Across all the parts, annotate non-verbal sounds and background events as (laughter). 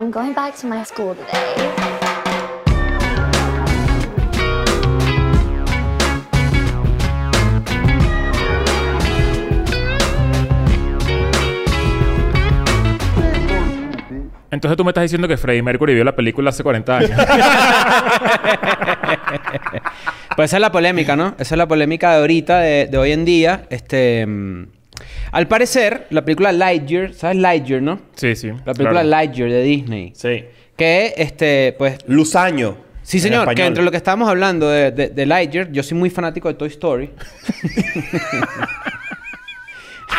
I'm going back to my school today. Entonces tú me estás diciendo que Freddie Mercury vio la película hace 40 (laughs) años. Pues esa es la polémica, ¿no? Esa es la polémica de ahorita, de, de hoy en día. Este, mm, al parecer, la película Lightyear, ¿sabes Lightyear, no? sí, sí. La película claro. Lightyear de Disney. Sí. Que, este, pues... Luzaño. Sí, en señor. Que español. entre lo que estábamos hablando de, de- de Lightyear, yo soy muy fanático de Toy Story.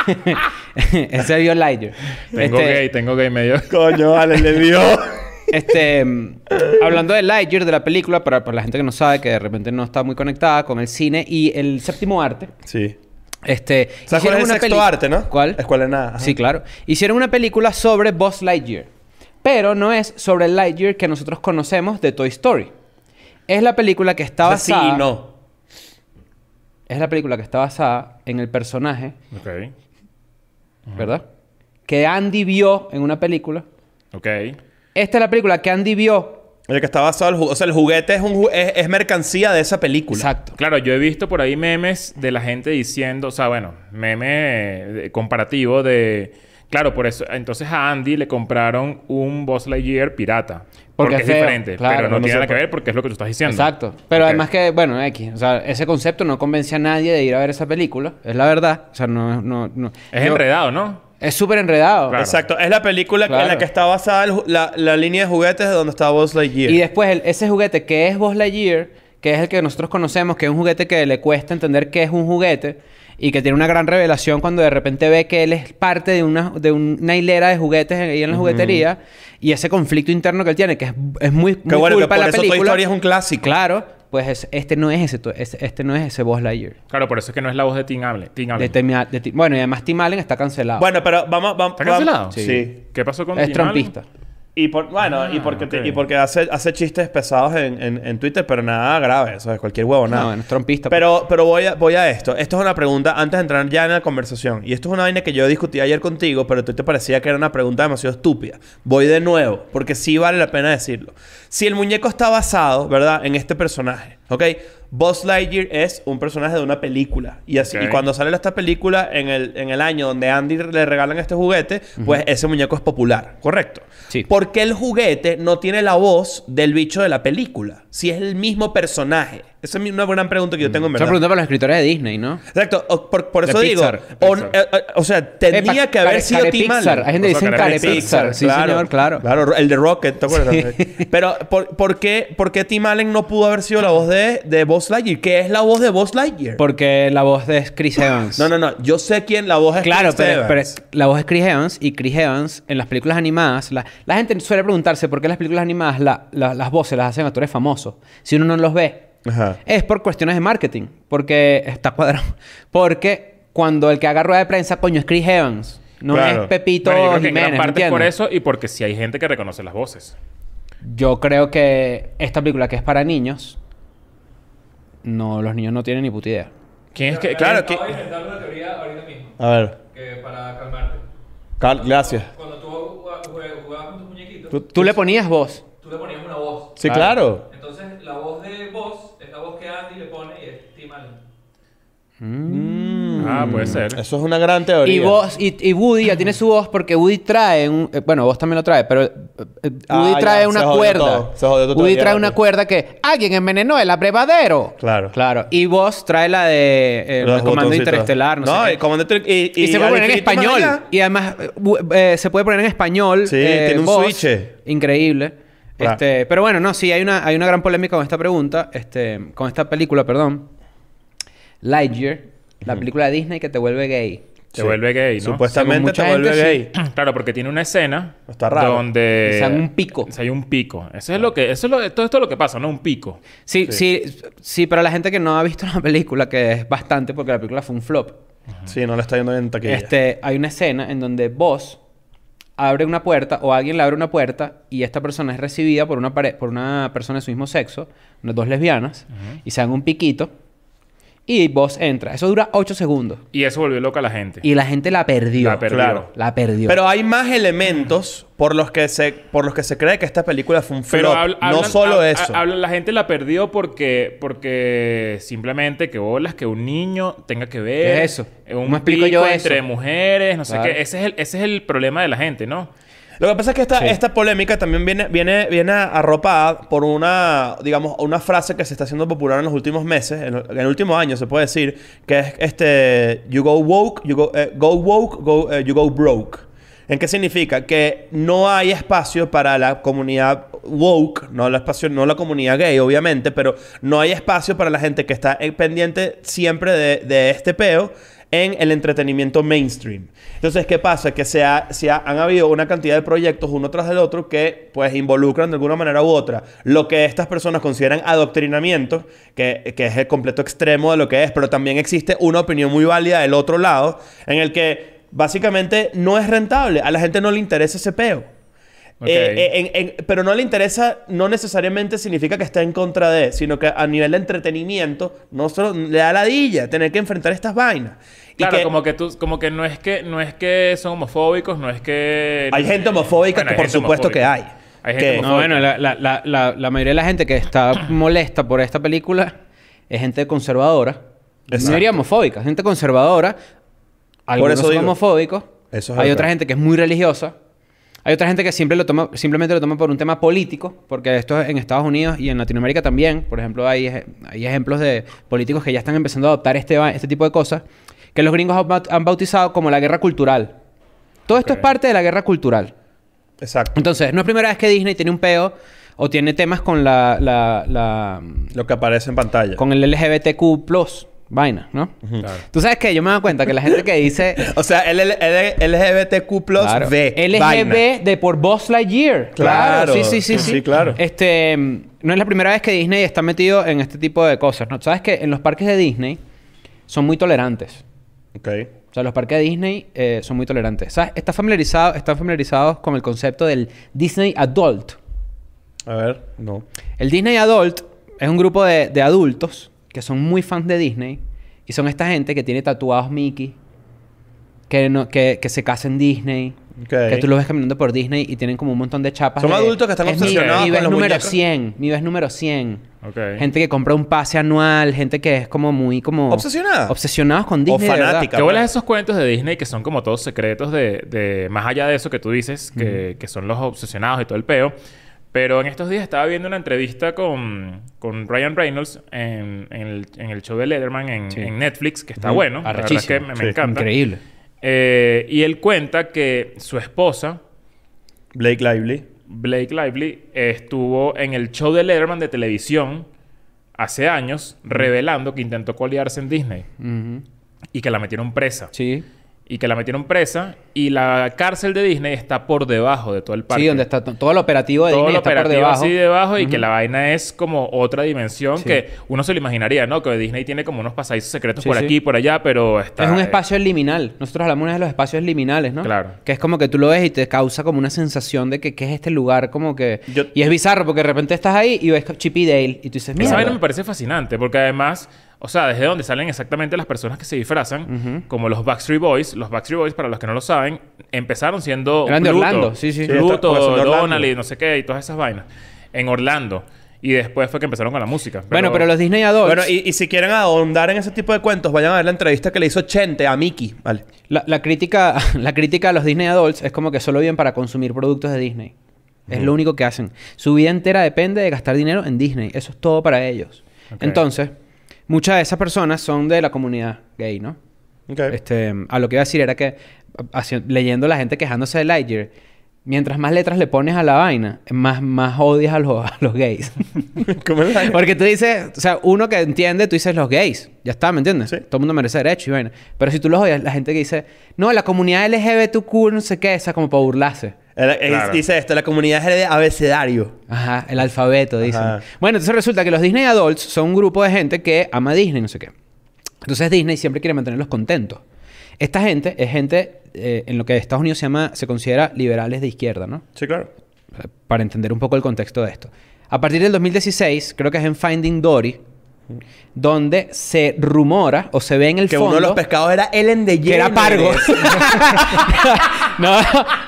(laughs) Ese vio Lightyear. Tengo Este, gay, tengo gay medio. (laughs) Coño, vale, le dio. Este, mm, hablando de Lightyear, de la película, para, para la gente que no sabe, que de repente no está muy conectada con el cine y el séptimo arte. Sí. Este, ¿Sabes cuál hicieron es el una sexto peli- arte, no? ¿Cuál? Escuela de nada. ajá. Sí, claro. Hicieron una película sobre Buzz Lightyear. Pero no es sobre el Lightyear que nosotros conocemos de Toy Story. Es la película que está O sea, sí basada... y no. Es la película que está basada en el personaje, Ok. ¿verdad? Que Andy vio en una película. Ok. Esta es la película que Andy vio. El que está basado... el ju- o sea, el juguete es, un ju- es, es mercancía de esa película. Exacto. Claro, yo he visto por ahí memes de la gente diciendo, o sea, bueno, meme eh, de- comparativo de. Claro, por eso. Entonces a Andy le compraron un Buzz Lightyear pirata. Porque, Porque es es feo, diferente. claro, pero no, no tiene sé nada que por- ver porque es lo que tú estás diciendo. Exacto. Pero Ok. además que, bueno, X. O sea, ese concepto no convence a nadie de ir a ver esa película. Es la verdad. O sea, no... no, no. Eh, Es Yo- enredado, ¿no? Es súper enredado. Claro. Exacto. Es la película en Claro. la que está basada el ju- la, la línea de juguetes de donde está Buzz Lightyear. Y después el- ese juguete que es Buzz Lightyear, que es el que nosotros conocemos, que es un juguete que le cuesta entender que es un juguete y que tiene una gran revelación cuando de repente ve que él es parte de una, de una hilera de juguetes ahí en la juguetería y ese conflicto interno que él tiene, que es, es muy, muy Que bueno, que culpa por de la eso Toy película. Story es un clásico. Claro. Pues es- este no es ese, to- es- este no es ese Buzz Lightyear. Claro, por eso es que no es la voz de Tim Allen. Tim De Allen. Tim Al- de Tim- bueno, y además Tim Allen está cancelado. Bueno, pero vamos... vamos ¿Está cancelado? Sí. ¿Qué pasó con es Tim Allen? trompista. Y por, bueno, y porque, te- ok. y porque hace, hace chistes pesados en, en- en Twitter, pero nada grave. Eso es cualquier huevo, nada. No, bueno, es trompista. Pero, pero voy, a, voy a esto. Esto es una pregunta antes de entrar ya en la conversación. Y esto es una vaina que yo discutí ayer contigo, pero tú te parecía que era una pregunta demasiado estúpida. Voy de nuevo, porque sí vale la pena decirlo. Si el muñeco está basado, ¿verdad?, en este personaje, ¿ok? Buzz Lightyear es un personaje de una película. Y, así, Ok. y cuando sale esta película en el, en el año donde Andy le regalan este juguete, pues ese muñeco es popular, ¿correcto? Sí. ¿Por qué el juguete no tiene la voz del bicho de la película? Si es el mismo personaje. Esa es mi- una buena pregunta que yo tengo en Esa verdad. Mm. pregunta para los escritores de Disney, ¿no? Exacto, o- por, por De eso digo. Pixar. O, Pixar. eh, eh, o sea, tenía Epa, que haber care- sido care Tim Pixar. Allen. Hay gente que O sea, dice care care Pixar, Pixar. Sí, señor, claro. Claro, el de Rocket, ¿te acuerdas? (laughs) Pero, ¿por, por qué, ¿por qué Tim Allen no pudo haber sido la voz de, de Buzz Lightyear? ¿Qué es la voz de Buzz Lightyear? Porque la voz de Chris Evans. No, no, no. Yo sé quién la voz es. Claro, Chris pero, Evans. pero es- la voz es Chris Evans y Chris Evans en las películas animadas, la, la gente suele preguntarse por qué las películas animadas la- la- las voces las hacen actores famosos si uno no los ve. Ajá. Es por cuestiones de marketing, porque está cuadrado. (laughs) Porque cuando el que haga rueda de prensa, coño, es Chris Evans, no Claro. es Pepito Bueno, yo creo que en Jiménez. gran parte es ¿entiendes? por eso y porque sí hay gente que reconoce las voces. Yo creo que esta película que es para niños, no, los niños no tienen ni puta idea. ¿Quién es que...? Claro, quién- que- Estaba inventando una teoría ahorita mismo, A ver. que para calmarte. Carl, gracias. Cuando tú jugabas, jugabas con tus muñequitos, Tú- tú, Tú le ponías voz. le ponías una voz. Sí, claro. Entonces, la voz de voz es la voz que Andy le pone y es Tim Allen. Ah, puede ser. Mm. Eso es una gran teoría. Y vos, y, y Woody ya tiene su voz porque Woody trae un. eh, Bueno, vos también lo trae, pero eh, eh, Ah, Woody ya, trae se una jodió cuerda. todo. Se jodió tu Woody teoría, trae una papi. cuerda que. ¡Alguien envenenó el abrevadero! Claro. Claro. Y vos trae la de. eh, Los el comando botoncitos. interestelar, no, No, sé. el qué. comando inter- y, Y, se puede al poner en infinito y más español. allá. Y además eh, bu- eh, se puede poner en español. Sí, eh, tiene un voz. switch. Increíble. Claro. Este, pero bueno, no, sí, hay una, hay una gran polémica con esta pregunta, este, con esta película, perdón. Lightyear, la película de Disney que te vuelve gay. Te vuelve gay, ¿no? Según Supuestamente te mucha vuelve gente, gay. Claro, porque tiene una escena Está raro. donde O sea, un pico. O sea, hay un pico. Eso es lo que eso es lo, todo esto es lo que pasa, no un pico. Sí, sí, sí, para la gente que no ha visto (laughs) la película, que es bastante porque la película fue un flop, Sí, no le está yendo bien en taquilla. este, hay una escena en donde vos abre una puerta o alguien le abre una puerta y esta persona es recibida por una, pare- por una persona de su mismo sexo, unas dos lesbianas, y se dan un piquito. y Boss entra. Eso dura 8 segundos. Y eso volvió loca a la gente. Y la gente la perdió. La perdió. Claro. La perdió. Pero hay más elementos por los que se por los que se cree que esta película fue un flop. Pero habl- no hablan- solo hab- eso. hab- hablan- la gente la perdió porque, porque simplemente que bolas, que un niño tenga que ver. ¿Qué es eso? eh, Un ¿Cómo explico pico yo eso? entre mujeres, no sé Claro. qué. Ese es, el, ese es el problema de la gente, ¿no? Lo que pasa es que esta, Sí. esta polémica también viene, viene, viene arropada por una, digamos, una frase que se está haciendo popular en los últimos meses, en, en el último año se puede decir, que es este, you go woke, you go, eh, go woke, go, eh, you go broke. ¿En qué significa? Que no hay espacio para la comunidad woke, no la, espacio, no la comunidad gay, obviamente, pero no hay espacio para la gente que está eh, pendiente siempre de, de este peo en el entretenimiento mainstream. Entonces, ¿qué pasa? Que se, ha- se ha- han habido una cantidad de proyectos uno tras del otro que pues involucran de alguna manera u otra lo que estas personas consideran adoctrinamiento, que, que es el completo extremo de lo que es, pero también existe una opinión muy válida del otro lado en el que básicamente no es rentable, a la gente no le interesa ese peo. Ok. Eh, eh, en- en- pero no le interesa, no necesariamente significa que está en contra de, sino que a nivel de entretenimiento, no solo le da ladilla tener que enfrentar estas vainas. Y Claro, que como que tú, como que no es que, no es que son homofóbicos, no es que. hay gente homofóbica Bueno, que hay por gente supuesto que hay. homofóbica. Hay gente Que- homofóbica. No, bueno, la, la- la- la- la mayoría de la gente que está molesta por esta película es gente conservadora. Exacto. No diría homofóbica, gente conservadora. Algunos eso son digo. homofóbicos. Eso es Hay verdad. otra gente que es muy religiosa. Hay otra gente que siempre lo toma, simplemente lo toma por un tema político, porque esto es en Estados Unidos y en Latinoamérica también. Por ejemplo, hay, ej- hay ejemplos de políticos que ya están empezando a adoptar este, va- este tipo de cosas, que los gringos han baut- han bautizado como la guerra cultural. Todo esto es parte de la guerra cultural. Exacto. Entonces, no es primera vez que Disney tiene un peo o tiene temas con la, la- la- Lo que aparece en pantalla. con el LGBTQ vaina, ¿no? Claro. Tú sabes que yo me he dado cuenta que la gente que dice O sea, el, el- el- LGBTQ plus Claro. V. LGB vaina. de por Buzz Lightyear. Claro. Sí, sí, sí, sí. Sí, claro. Este, mm, no es la primera vez que Disney está metido en este tipo de cosas, ¿no? Sabes que en los parques de Disney son muy tolerantes. Ok. O sea, los parques de Disney eh, son muy tolerantes. ¿Sabes? Están familiarizados, están familiarizados con el concepto del Disney Adult. A ver, no. El Disney Adult es un grupo de, de adultos que son muy fans de Disney y son esta gente que tiene tatuados Mickey, que, no- que, que se casa en Disney, Ok. que tú los ves caminando por Disney y tienen como un montón de chapas. Son de, adultos que están "Es mi- obsesionados Mi con vez los número muñecos". 100, mi vez número 100. Ok. Gente que compra un pase anual, gente que es como muy como... Obsesionada. Obsesionados con Disney. de verdad. fanática. ¿Qué bolas esos cuentos de Disney que son como todos secretos de, de- más allá de eso que tú dices, que, que son los obsesionados y todo el peo? Pero en estos días estaba viendo una entrevista con, con Ryan Reynolds en, en el, en el show de Letterman en, en Netflix, que está bueno. La verdad es que Arrechísimo. me, me Sí. encanta. Increíble. Eh, y él cuenta que su esposa, Blake Lively. Blake Lively, estuvo en el show de Letterman de televisión hace años revelando que intentó colearse en Disney Ujú. y que la metieron presa Sí. y que la metieron presa y la cárcel de Disney está por debajo de todo el parque. Sí, donde está to- todo el operativo de todo Disney el está por operativo debajo. así debajo y que la vaina es como otra dimensión Sí. que uno se lo imaginaría, ¿no? Que Disney tiene como unos pasadizos secretos Sí, por sí. aquí y por allá, pero está Es un eh, espacio liminal. Nosotros hablamos una vez de los espacios liminales, ¿no? Claro. Que es como que tú lo ves y te causa como una sensación de que ¿qué es este lugar como que... Yo- Y es bizarro porque de repente estás ahí y ves Chippy Dale y tú dices, Esa mira, vaina me parece fascinante porque además, o sea, desde donde salen exactamente las personas que se disfrazan, como los Backstreet Boys. Los Backstreet Boys, para los que no lo saben, empezaron siendo Eran de Pluto, Orlando, sí, sí. Sí, Pluto, porque son de Orlando. Donald y no sé qué y todas esas vainas en Orlando. Y después fue que empezaron con la música. Bueno, pero los Disney Adults... Bueno, y, y si quieren ahondar en ese tipo de cuentos, vayan a ver la entrevista que le hizo Chente a Mickey. Vale. La, la crítica, (laughs) la crítica a los Disney Adults es como que solo viven para consumir productos de Disney. Es lo único que hacen. Su vida entera depende de gastar dinero en Disney. Eso es todo para ellos. Ok. Entonces, muchas de esas personas son de la comunidad gay, ¿no? Ok. Este, a lo que iba a decir era que a- haci- leyendo la gente quejándose de Lightyear, mientras más letras le pones a la vaina, más, más odias a, los- a los gays. (laughs) ¿Cómo es la- Porque tú dices, o sea, uno que entiende, tú dices los gays. Ya está, ¿me entiendes? Sí. Todo el mundo merece derecho y vaina. Pero si tú los odias, la gente que dice, no, la comunidad LGBTQ, no sé qué, esa como para burlarse. Él- él Claro. Dice esto, la comunidad es de abecedario. Ajá, el alfabeto, dicen. Ajá. Bueno, entonces resulta que los Disney Adults son un grupo de gente que ama Disney, no sé qué. Entonces Disney siempre quiere mantenerlos contentos. Esta gente es gente eh, en lo que Estados Unidos se llama, se considera liberales de izquierda, ¿no? Sí, claro. para entender un poco el contexto de esto. A partir del 2016, creo que es en Finding Dory, donde se rumora o se ve en el Que fondo uno de los pescados era Ellen de que era pargo. (laughs) no,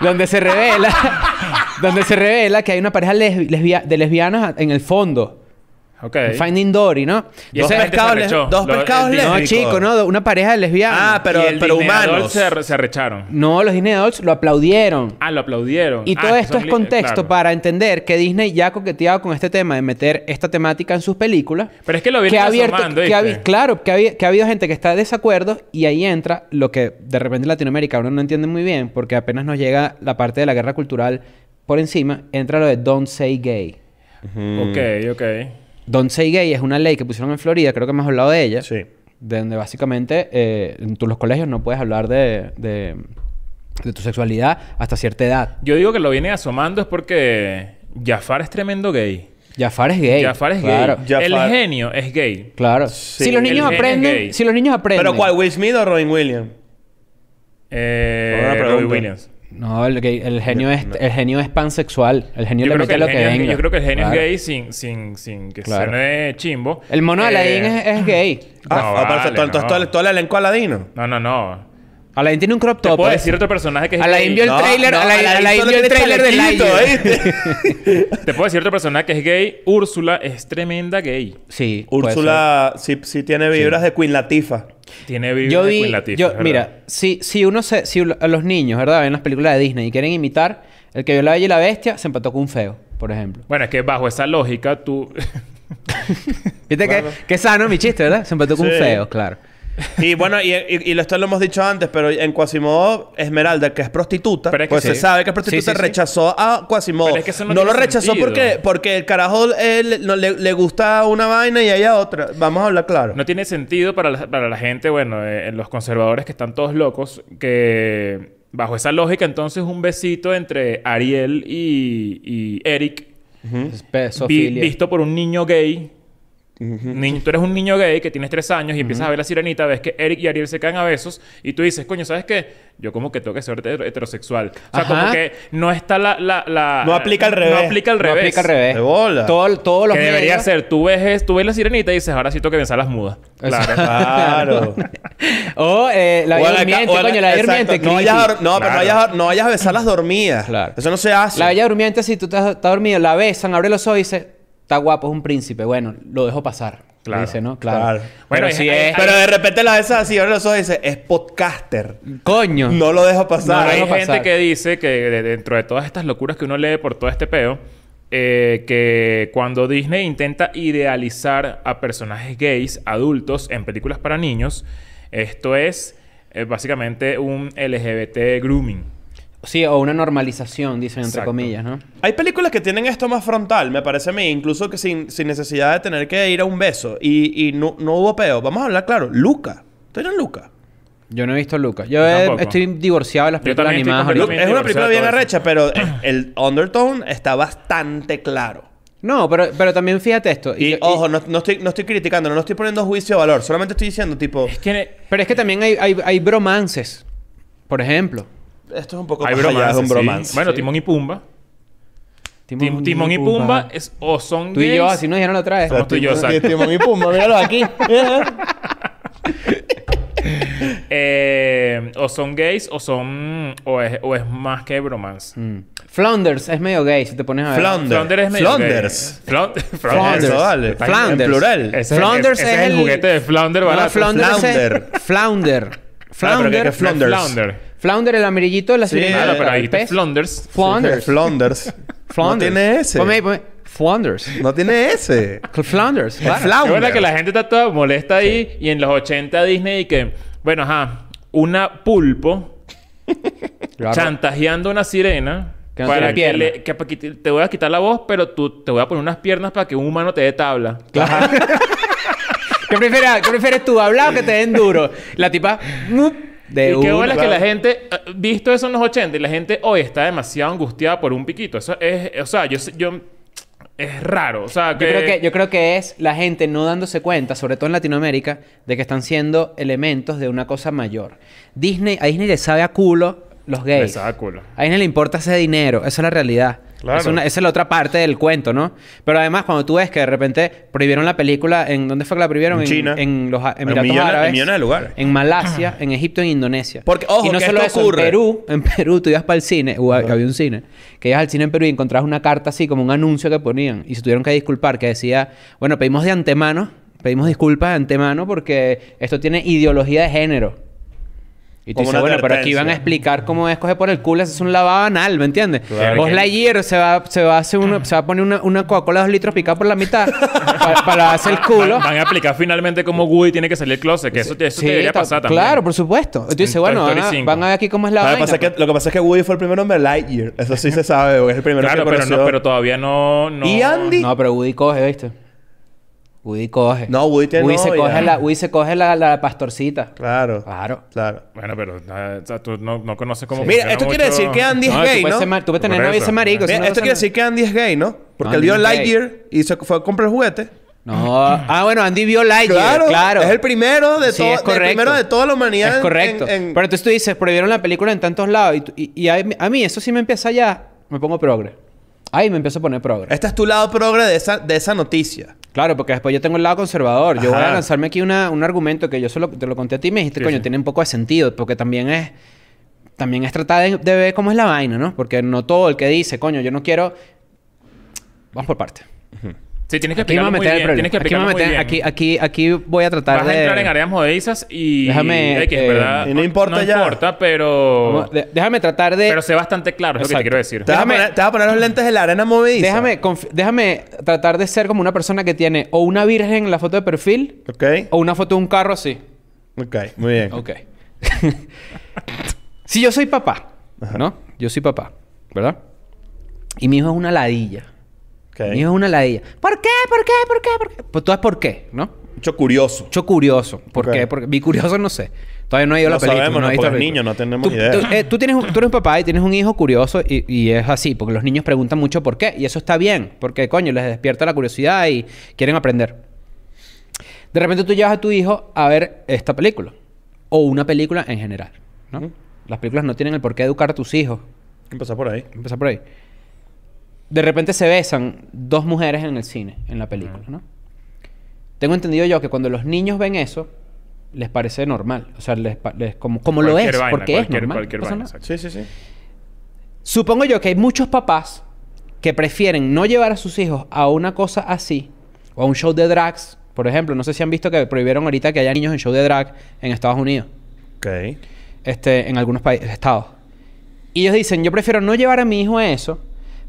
donde se revela donde se revela que hay una pareja lesbi- lesbia- de lesbianas en el fondo. Ok. En Finding Dory, ¿no? Y (laughs) esa gente Entonces- se pescados le- arrechó. dos Lo- el pescados Disney- lesbicos. no, chico, no, una pareja de lesbianas. Ah, pero, y el pero Disney Adult humanos. Se, arre- se arrecharon. No, los Disney Adults lo aplaudieron. Ah, lo aplaudieron. Y Ah, todo que esto son es li- contexto claro. para entender que Disney ya ha coqueteado con este tema de meter esta temática en sus películas. Pero es que lo que vienen ha abierto, asomando, que ha ¿viste? habi- claro, que ha, habi- que ha habido gente que está de desacuerdo y ahí entra lo que de repente en Latinoamérica uno no entiende muy bien porque apenas nos llega la parte de la guerra cultural por encima, entra lo de Don't Say Gay. Ok, ok. Don't Say Gay es una ley que pusieron en Florida, creo que hemos hablado de ella, Sí. de donde básicamente eh, en tu- los colegios no puedes hablar de, de- de tu sexualidad hasta cierta edad. Yo digo que lo vienen asomando es porque Jafar es tremendo gay. Jafar es gay. Jafar es claro. gay. Jafar- El genio es gay. Claro. si los el niños genio es aprenden, gay. si los niños aprenden. ¿Pero cuál? ¿Will Smith o Robin Williams? Buena Eh, pregunta. Robbie Williams. No, el, gay- el genio es el genio es pansexual. El genio Yo le creo, que mete el lo que genio, es- venga. yo creo que el genio Claro. es gay sin, sin, sin que Claro. suene chimbo. El mono de Aladdin Eh, es, es gay. No, Ah, ah, pero vale, todo, todo- no. todo el- todo el elenco aladino. No, no, no. Aladdin tiene un crop Te top. puedo ¿eh? decir otro personaje que es Alain gay. vio el No. tráiler- Alain- Alain solo vio el tiene tráiler de chalequito, Lightyear. ¿viste? Te puedo decir otro personaje que es gay. Úrsula es tremenda gay. Sí. (laughs) puede Úrsula sí, sí tiene vibras de Queen Latifa. Tiene ser. vibras Yo de vi. Queen Latifah, yo- es verdad. mira, si, si uno se. Si lo- a los niños, ¿verdad? Ven las películas de Disney y quieren imitar. El que vio la bella y la bestia se empató con un feo, por ejemplo. Bueno, es que bajo esa lógica tú... Viste que, que sano mi chiste, ¿verdad? Se empató con un Sí. feo, claro. Y bueno, y, y, y esto lo hemos dicho antes, pero en Quasimodo, Esmeralda, que es prostituta, Pero es que pues sí. se sabe que es prostituta, Sí, sí, sí. rechazó a Quasimodo. Pero es que eso no no lo tiene rechazó sentido. porque, porque el carajo él, no, le, le gusta una vaina y a ella otra. Vamos a hablar claro. (laughs) No tiene sentido para la, para la gente, bueno, eh, los conservadores que están todos locos, que bajo esa lógica entonces un besito entre Ariel y, y Eric, Es pedofilia. vi- visto por un niño gay. Ni- tú eres un niño gay que tienes tres años y empiezas a ver la sirenita, ves que Eric y Ariel se caen a besos y tú dices, coño, ¿sabes qué? Yo como que tengo que ser hetero- heterosexual. O sea, Ajá. como que no está la... la- la- No aplica al revés. No aplica al No revés. aplica al revés. De bola. Todo- todos los Que debería medios- ser, tú ves, es- tú ves la sirenita y dices, ahora sí tengo que pensar las mudas. Exacto. Claro. Claro. (laughs) O eh, la O bella a la ca- durmiente, o a la- coño, la bella durmiente. exacto. creepy. No vayas a, dor- no, pero no Claro. vayas, a- no vayas a besar las dormidas. Claro. Eso no se hace. La bella durmiente, si tú estás, está dormida, la besan, abre los ojos y dice, está guapo, es un príncipe. Bueno, lo dejo pasar. Claro. Claro. Dice, ¿no? Claro. Claro. Bueno, Pero hay- si hay- es... Pero de repente la besas así, abre los ojos y dice, es podcaster. Coño. No lo dejo No pasar. lo hay dejo gente pasar. que dice que de- dentro de todas estas locuras que uno lee por todo este peo, eh, que cuando Disney intenta idealizar a personajes gays adultos en películas para niños, esto es eh, básicamente un LGBT grooming. Sí, o una normalización, dicen entre Exacto. comillas, ¿no? Hay películas que tienen esto más frontal, me parece a mí, incluso que sin, sin necesidad de tener que ir a un beso. Y, y no, no hubo peo. Vamos a hablar claro. Luca. ¿Tú eres Luca? Yo no he visto Lucas. Yo Yo eh, tampoco. estoy divorciado de las Yo películas también estoy animadas. completamente- ahorita. es una divorciado película de bien todo eso. arrecha, pero eh, (clears throat) el undertone está bastante claro. No, pero, pero también fíjate esto. Y, yo- ojo, no, no estoy, no estoy criticando, no estoy poniendo juicio de valor. Solamente estoy diciendo, tipo, Es que Pero es que también hay, hay, hay bromances, por ejemplo. esto es un poco hay más allá bromances, de un sí. bromance. Bueno, Timón y Pumba. Tim- Timón y Pumba es, o son Tú gays... y yo, así nos dijeron la otra vez. Somos tú y yo, exacto. Timón y Pumba, míralo aquí. Eh, o son gays o son... O es, o es más que bromance. Mm. (laughs) Flanders es medio gay, si te pones a ver. Flanders. Flanders es medio Flanders. gay. Flan- (laughs) Flanders. Eso, vale. Está Flanders. En plural. Ese- Flanders ese- ese es es el el- juguete de Flounder No, barato. Flounder. es el- Flounder. Flounder. Ah, pero que- Flounder. que Flounder. Flanders. Flounder. Flounder, el amarillito de la Sí, sirenita. Claro, Eh, Ah, pero el ahí está pez. Flanders. Flanders. Flanders. Pues No Flanders. tiene ese. Ponme ahí, ponme. Flanders. No tiene ese. Flanders. claro. Es Flounder. verdad que la gente está toda molesta ahí. Y en los 80 Disney y que... Bueno, ajá. Una pulpo Claro. chantajeando a una sirena... Que no tiene para que, pierna. le, que pa' que te- te voy a quitar la voz, pero tú, te voy a poner unas piernas para que un humano te dé tabla. ¿Qué, prefieres, ¿Qué prefieres tú, hablar o que te den duro? (laughs) La tipa... mup, De y qué una. bola que la gente, eh, visto eso en los 80, y la gente hoy está demasiado angustiada por un piquito. Eso es, o sea, yo, sé- yo es raro. O sea, que, Yo creo, que, yo creo que es la gente no dándose cuenta, sobre todo en Latinoamérica, de que están siendo elementos de una cosa mayor. Disney, a Disney le sabe a culo los gays. Le sabe a culo. A Disney le importa ese dinero, esa es la realidad. Claro. Es una- esa es la otra parte del cuento, ¿no? Pero además, cuando tú ves que de repente prohibieron la película, ¿en dónde fue que la prohibieron? En China. En los a- En Emiratos millones- en Árabes. millones de lugares. En Malasia, en Egipto, en Indonesia. Porque, ojo, y no que solo esto eso, ocurre. En Perú, en Perú, tú ibas para el cine, o hab- había un cine, que ibas al cine en Perú y encontrabas una carta así, como un anuncio que ponían, y se tuvieron que disculpar, que decía, bueno, pedimos de antemano, pedimos disculpas de antemano porque esto tiene ideología de género. Y tú Como dices, una bueno, pero aquí van a advertencia. explicar cómo es coger por el culo, eso es un lavado anal, ¿me entiendes? Claro. Vos Lightyear se va, se va a hacer uno, se va a poner una, una Coca-Cola de dos litros picada por la mitad (laughs) para, para hacer el culo. Van, van a aplicar finalmente cómo Woody tiene que salir del closet. Que eso, te- eso te debería ta- pasar también. Claro, por supuesto. Y Tú dices, En Toy bueno, van Story a, 5. van a ver aquí cómo es la Lo que, vaina. pues. pasa es que, lo que pasa es que Woody fue el primer hombre Lightyear. Eso sí se sabe, porque es el primero Claro, que pero, conoció. no, pero todavía no, no- ¿Y Andy? No, pero Woody coge, ¿viste? Woody coge. No, Woody tiene Woody se novia. coge la, Woody se coge la, la pastorcita. Claro. Claro. Claro. Bueno, pero eh, o sea, tú no, no conoces cómo. Mira, funciona esto quiere mucho- decir que Andy es No, tú gay, puedes ¿no? ser mar- tú puedes tener Por novia y eso. ser marico. Mira, eso no esto pasa quiere nada. decir que Andy es gay, ¿no? Porque él Andy vio es gay. Lightyear y se fue a comprar el juguete. No. Ah, bueno, Andy vio Lightyear. Claro. Es el primero de, Sí, todo, es el correcto. primero de toda la humanidad. Es en- correcto. en- en- Pero entonces tú dices, prohibieron la película en tantos lados. Y, tú- y- y a, mí- a mí eso sí me empieza ya... Me pongo progre. Ahí me empiezo a poner progre. Este es tu lado progre de esa, de esa noticia. Claro, porque después yo tengo el lado conservador. Yo voy Ajá. a lanzarme aquí una- un argumento que yo solo te lo conté a ti y me dijiste, Sí, coño, sí. tiene un poco de sentido. Porque también es... También es tratar de, de ver cómo es la vaina, ¿no? Porque no todo el que dice, coño, yo no quiero... Vamos por parte. Sí, tienes que Aquí me explicarlo voy a muy meter el bien. problema. Tienes que Aquí, me explicarlo voy a muy meter- bien. aquí, aquí, aquí voy a tratar Vas de... a entrar en áreas movedizas y... Déjame, Ay, que es eh, verdad. y no importa ya. No importa, pero... Vamos, de- Déjame tratar de... Pero sé bastante claro, es lo que Exacto. te quiero decir. Te vas, a Déjame- poner, te vas a poner los lentes de la arena movediza. Déjame, confi- déjame tratar de ser como una persona que tiene o una virgen en la foto de perfil Ok. o una foto de un carro así. Ok, muy bien. Ok. (laughs) si yo soy papá, ¿no? Yo soy papá, ¿verdad? Y mi hijo es una ladilla. Ok. Mi hijo es una ladilla. ¿Por qué? ¿Por qué? ¿Por qué? ¿Por qué? Pues tú sabes por qué, ¿no? Mucho curioso. Yo curioso. ¿Por Ok. qué? Porque vi curioso no sé. Todavía no he ido a la No película. sabemos, he no, visto porque la película. niño, no tenemos tú, idea. Tú, eh, tú tienes, un- tú eres un papá y tienes un hijo curioso y, y es así. Porque los niños preguntan mucho por qué. Y eso está bien. Porque, coño, les despierta la curiosidad y quieren aprender. De repente tú llevas a tu hijo a ver esta película. O una película en general. ¿no? Las películas no tienen el por qué educar a tus hijos. Empezar por ahí. Empezar por ahí. De repente se besan dos mujeres en el cine, en la película, ¿no? Tengo entendido yo que cuando los niños ven eso, les parece normal. O sea, les, pa- les- como, como lo Cualquier es, vaina, porque es cualquier- normal. cualquier no pasa vaina, nada. exacto. Sí, sí, sí. Supongo yo que hay muchos papás que prefieren no llevar a sus hijos a una cosa así, o a un show de drags, por ejemplo. No sé si han visto que prohibieron ahorita que haya niños en show de drag en Estados Unidos Ok. este, en algunos países, estados. Y ellos dicen, yo prefiero no llevar a mi hijo a eso,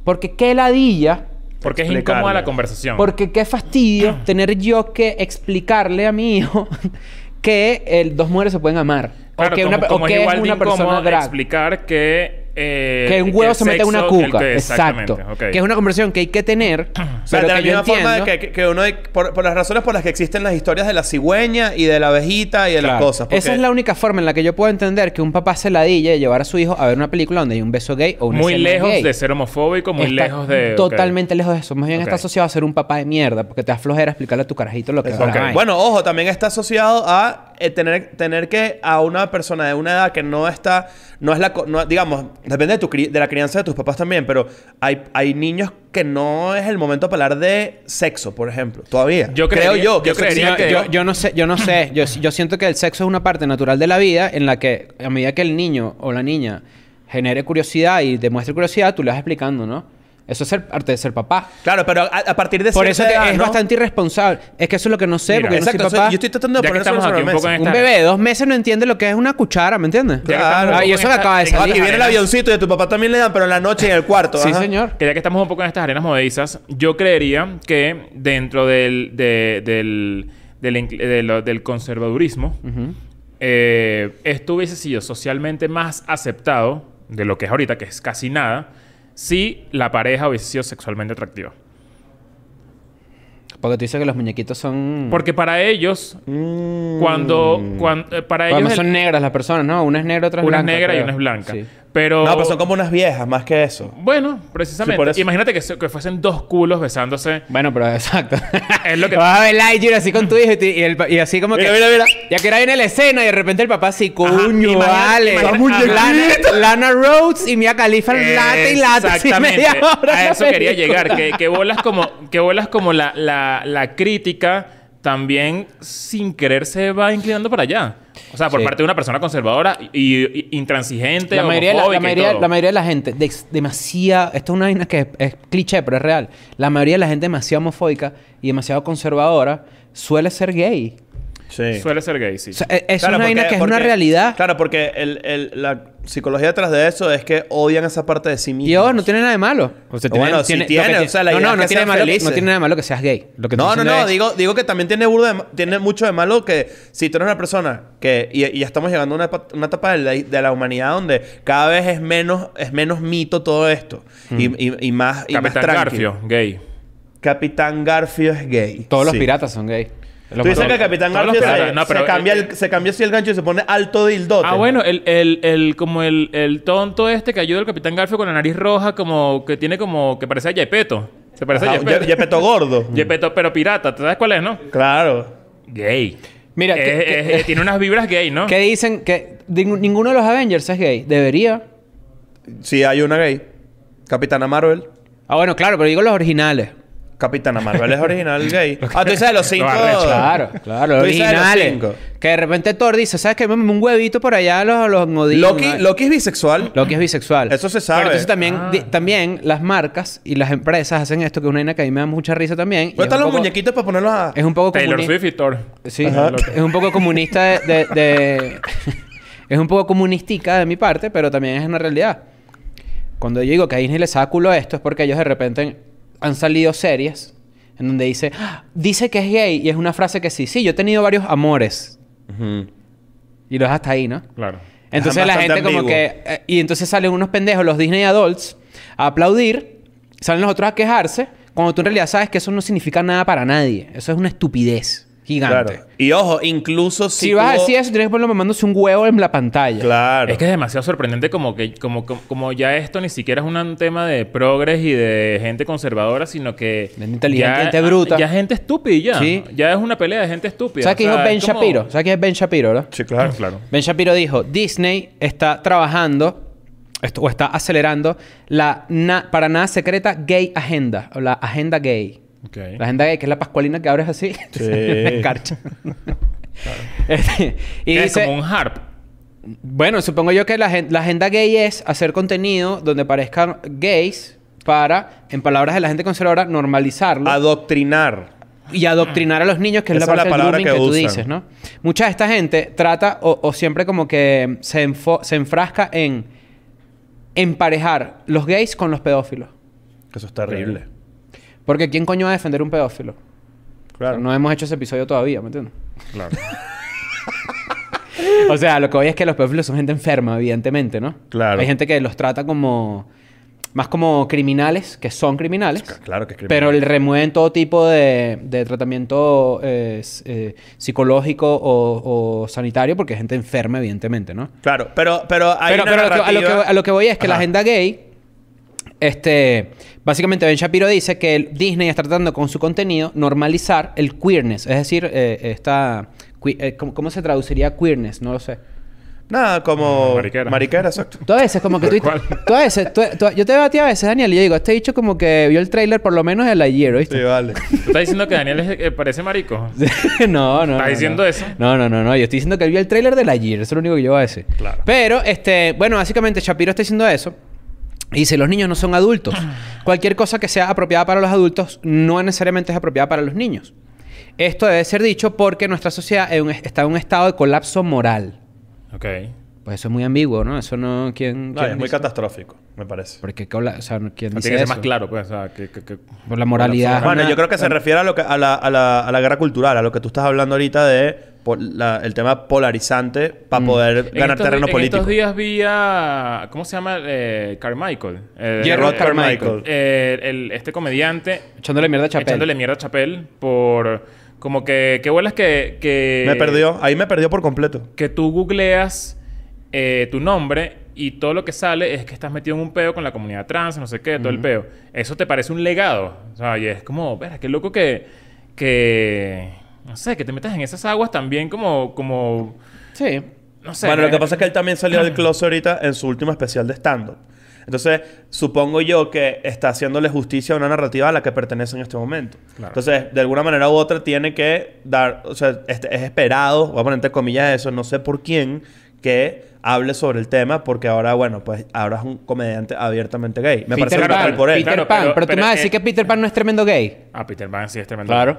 porque qué ladilla, Porque es Explicarlo. incómoda la conversación. porque (clears throat) qué fastidio tener yo que explicarle a mi hijo (laughs) que el, dos mujeres se pueden amar. Claro, o que como- una, o como que es es igual de una persona incómodo drag. explicar que... eh, Que un huevo el se mete en una sexo- el cuca. que- Exacto. exactamente, ok. Que es una conversación que hay que tener. (clears throat) O sea, pero de la que yo misma forma de entiendo- que, que- que uno... Por, por las razones por las que existen las historias de la cigüeña y de la abejita y de las Claro. cosas. porque- Esa es la única forma en la que yo puedo entender que un papá se ladilla de llevar a su hijo a ver una película donde hay un beso gay o una Muy escena lejos gay. de ser homofóbico, muy Está lejos de... ok. Totalmente lejos de eso. Más bien Ok. está asociado a ser un papá de mierda, porque te da flojera explicarle a tu carajito lo que es Eso, la ok. vaina. Bueno, ojo, también está asociado a eh, tener, tener que a una persona de una edad que no está, no es la, co- no- digamos, depende de, tu cri- de la crianza de tus papás también, pero hay, hay niños que no es el momento para hablar de sexo, por ejemplo, todavía. Yo creería- creo yo, que yo creería existe- que- yo, yo no sé, yo no sé. (clears throat) Yo, yo siento que el sexo es una parte natural de la vida en la que a medida que el niño o la niña genere curiosidad y demuestre curiosidad, tú le vas explicando, ¿no? Eso es ser arte de ser papá. Claro, pero a, a partir de Por cierta eso que edad, es ¿no? bastante irresponsable. Es que eso es lo que no sé, Mira, porque yo Exacto, no soy papá. yo estoy tratando Ya de que poner eso estamos sobre aquí la un poco mesa. en Un bebé de dos meses no entiende lo que es una cuchara, ¿me entiendes? Ya que estamos Claro. un Ah, y poco eso en me esta- acaba de en salir. estas Aquí viene el arenas- avioncito y a tu papá también le dan, pero en la noche y en el cuarto. Sí, ajá. señor. Que ya que estamos un poco en estas arenas movedizas, yo creería que dentro del, de- del, del, inc- de lo- del conservadurismo, eh, esto hubiese sido socialmente más aceptado de lo que es ahorita, que es casi nada, si la pareja hubiese sido sexualmente atractiva. Porque tú dices que los muñequitos son... Porque para ellos, cuando, cuan- eh, para Además ellos... el- son Mm. negras las personas, ¿no? Una es negra, otra es una es blanca. negra y creo. una es blanca. Sí. Pero... No, pero son como unas viejas, más que eso. Bueno, precisamente. Sí, por eso. Imagínate que, so- que fuesen dos culos besándose. Bueno, pero exacto. (laughs) Es lo que- Vas a ver Lightyear así con tu hijo y, te- y el pa- y así como que... Mira, mira, mira. Ya que era en la escena y de repente el papá así, coño, imagina- vale. imagina- Lana, Lana Rhodes y Mia Khalifa late y late. así Exactamente. media hora A la eso quería película. llegar. Que, que bolas como, que bolas como la, la, la crítica también sin querer se va inclinando para allá. O sea, por Sí. parte de una persona conservadora y, y- intransigente, La mayoría, de la, la homofóbica este y mayoría, todo. la mayoría de la gente, des- demasiado, esto es una vaina que es, es cliché, pero es real. La mayoría de la gente demasiado homofóbica y demasiado conservadora suele ser gay. Sí. Suele ser gay, sí. O sea, e- es Claro, una porque- vaina que es porque- una realidad. Claro, porque el- el- la psicología detrás de eso es que odian esa parte de sí mismos. Y oh, no tiene nada de malo. O sea, Bueno, sí lo tiene, que o sea, la no, idea no, es no que tiene sean nada malo, felices. no tiene nada de malo que seas gay. Lo que No, no, estoy no. diciendo es- Digo, digo que también tiene, burda de ma- tiene mucho de malo que si tú eres una persona que... Y, y ya estamos llegando a una, epa- una etapa de la, de la humanidad donde cada vez es menos, es menos mito todo esto. Mm. Y, y- y más y más Capitán tranqui. Garfio, gay. Capitán Garfio es gay. Todos los Sí. piratas son gay. Tú dices que todos- Capitán todos los Garfio piratas. se, No, pero se cambia el- el, se cambia así el gancho y se pone alto dildote. Ah, bueno, el, el, el, como el, el tonto este que ayuda al Capitán Garfio con la nariz roja, como que tiene como que parece a Yepeto. Se parece Ajá, a Yepeto. Ye- (laughs) Yepeto gordo. Yepeto, pero pirata, ¿tú sabes cuál es, no? Claro. Gay. Mira, Eh, que- eh, que- eh, tiene unas vibras gay, ¿no? ¿Qué dicen? Que ning- ninguno de los Avengers es gay. Debería. Sí, hay una gay. Capitana Marvel. Ah, bueno, claro, pero digo los originales. Capitana Marvel es original (laughs) gay. ah, tú dices de los cinco. arrecho. Claro, claro, los Tú dices de los originales. cinco. Que de repente Thor dice, ¿sabes qué? Mémeme un huevito por allá a los, a los Odín, Loki, ¿no? Loki es bisexual. Loki es bisexual. Eso se sabe. Pero entonces también, Ah. di- también las marcas y las empresas hacen esto, que es una vaina que a mí me da mucha risa también. y ¿Dónde es están un los poco- muñequitos para ponerlos a...? Es un poco Taylor comuni- Swift y Thor. Sí, Ajá. es un poco comunista de... de- de- (laughs) es un poco comunistica de mi parte, pero también es una realidad. Cuando yo digo que a Disney les da culo esto es porque ellos de repente han salido series en donde dice, "Ah, dice que es gay y es una frase que sí, sí, yo he tenido varios amores Ujú. y lo es hasta ahí, ¿no? Claro. Entonces la bastante gente como ambiguo. que... eh, y entonces salen unos pendejos, los Disney Adults, a aplaudir, salen los otros a quejarse, cuando tú en realidad sabes que eso no significa nada para nadie. Eso es una estupidez gigante. Claro. Y ojo, incluso si... Si, vas a tuvo- decir eso, tienes que ponerlo mamándose un huevo en la pantalla. Claro. Es que es demasiado sorprendente como que como, como, como ya esto ni siquiera es un tema de progres y de gente conservadora, sino que De gente inteligente, gente bruta. Ya gente estúpida y ya. Sí. Ya es una pelea de gente estúpida. ¿Sabes qué O dijo sea, Ben es como- Shapiro? ¿Sabes qué es Ben Shapiro, verdad? Sí, claro. (laughs) Claro. Ben Shapiro dijo, Disney está trabajando esto- o está acelerando la na- para nada secreta gay agenda o la agenda gay. Ok. La agenda gay, que es la pascualina que abres así. (laughs) Sí. Me encarcha. (laughs) Este, y Que es dice, como un harp. bueno, supongo yo que la, gen- la agenda gay es hacer contenido donde parezcan gays para, en palabras de la gente conservadora, normalizarlo. Adoctrinar. y adoctrinar a los niños, que es la, Esa parte es la del palabra grooming que que, tú usan. dices, ¿no? Mucha de esta gente trata o, o siempre como que se, enfo- se enfrasca en emparejar los gays con los pedófilos. Que eso es terrible. Porque ¿quién coño va a defender un pedófilo? Claro. No hemos hecho ese episodio todavía, ¿me entiendes? Claro. O sea, lo que voy es que los pedófilos son gente enferma, evidentemente, ¿no? Claro. Hay gente que los trata como... Más como criminales, que son criminales. Claro que es Pero criminal. le remueven todo tipo de, de tratamiento eh, s- eh, psicológico o, o sanitario porque es gente enferma, evidentemente, ¿no? Claro, pero, pero hay pero una pero a lo que- a, lo que, narrativa- a lo que voy es que la Ajá. agenda gay, este, básicamente Ben Shapiro dice que el- Disney está tratando con su contenido normalizar el queerness, es decir, eh, esta, que- eh, ¿cómo, cómo se traduciría queerness? No lo sé. Nada, como... Mariquera. Mariquera, exacto. Tú a veces como que tú... cual. tú a veces... tú- tú- yo te veo a ti a veces, Daniel, y yo digo, este dicho como que vio el tráiler por lo menos el ayer, ¿viste? Sí, (laughs) vale. ¿Tú estás diciendo que Daniel es- eh, parece marico? (laughs) no, no. ¿Estás no, diciendo no. eso? No, no, no, no. Yo estoy diciendo que él vio el tráiler de la Year. Eso es lo único que yo voy a decir. Claro. Pero, este, bueno, básicamente Shapiro está diciendo eso. Y dice, los niños no son adultos. Cualquier cosa que sea apropiada para los adultos no necesariamente es apropiada para los niños. Esto debe ser dicho porque nuestra sociedad en un- está en un estado de colapso moral. Ok. Pues eso es muy ambiguo, ¿no? Eso no... ¿Quién, No, quién es muy dice? catastrófico, me parece. Porque, cola- o sea, ¿quién No tiene dice que ser eso? más claro, pues. O sea, que, que- que- Por la moralidad. Bueno, Bueno, Una- yo creo que se refiere a, lo que, a, la, a, la, a la guerra cultural, a lo que tú estás hablando ahorita de pol- la- el tema polarizante para poder En ganar estos di- terreno en político. estos días vi a... ¿Cómo se llama? Eh, Carmichael. Eh, Gerard eh, Carmichael. eh, el- este comediante... Echándole mierda a Chappelle. Echándole mierda a Chapel por... Eh, Como que... Qué bolas que, que... me perdió, ahí me perdió por completo. Que tú googleas eh, tu nombre y todo lo que sale es que estás metido en un peo con la comunidad trans, no sé qué, todo el peo. Eso te parece un legado. O sea, y es como, verá, qué loco que, que, no sé, que te metas en esas aguas también como, como, Sí. no sé. ¿eh? bueno, lo me- que pasa es que él también salió del closet ahorita en su último especial de stand-up. Entonces, supongo yo que está haciéndole justicia a una narrativa a la que pertenece en este momento. Claro. Entonces, de alguna manera u otra, tiene que dar, o sea, este- es esperado, voy a poner entre comillas eso, no sé por quién, que hable sobre el tema, porque ahora, bueno, pues ahora es un comediante abiertamente gay. Me parece Peter brutal Pan. brutal por él. Peter Claro, Pan. pero- Pero, tú pero me vas a es- decir que Peter Pan no es tremendo gay. Ah, Peter Pan sí es tremendo. Claro.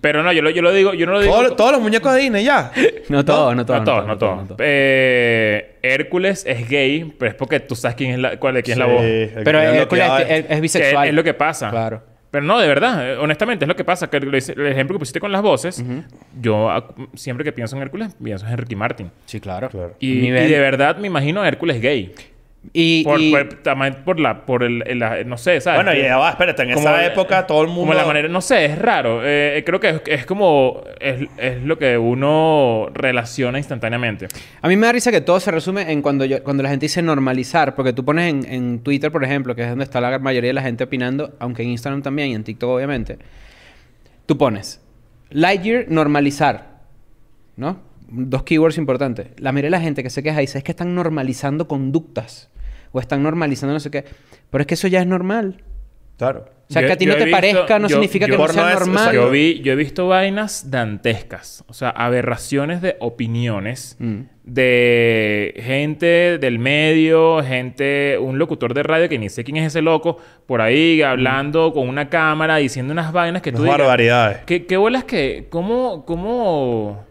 Pero no, yo lo, yo lo digo, yo no lo digo. Todo- todos los muñecos de Disney ya. No todo, no todo. no todos, no todos. Eh, Hércules es gay, pero es porque tú sabes quién es la, cuál, quién es la voz. Sí, Pero el que Hércules bloqueaba es, es- es Que bisexual. es lo que pasa. Claro. Pero no, de verdad, eh, honestamente, es lo que pasa. Que lo hice- el ejemplo que pusiste con las voces, yo ah, siempre que pienso en Hércules, pienso en Ricky Martin. Sí, claro. Y, Nivel. y de verdad me imagino a Hércules gay. Y, Por, y- por- también por la, por el, el- la- no sé, ¿sabes? Bueno, y ya va, espérate, en Como esa la- época todo el mundo. Como la manera, no sé, es raro. Eh, creo que es, es como, es, es lo que uno relaciona instantáneamente. A mí me da risa que todo se resume en cuando, yo- cuando la gente dice normalizar, porque tú pones en, en Twitter, por ejemplo, que es donde está la mayoría de la gente opinando, aunque en Instagram también y en TikTok obviamente, tú pones Lightyear normalizar, ¿no? Dos keywords importantes. La mayoría de la gente que se queja dice es que están normalizando conductas o están normalizando no sé qué, pero es que eso ya es normal. Claro. O sea, Yo- que a ti yo no he te visto- parezca no yo- significa yo- que no Por no sea es- O sea, normal. yo, vi, yo he visto vainas dantescas, o sea, aberraciones de opiniones Mm. de gente del medio, gente, un locutor de radio que ni sé quién es ese loco, por ahí Mm. hablando con una cámara, diciendo unas vainas que tú Unas digas, barbaridades. ¿Qué, qué bolas que? ¿Cómo, cómo.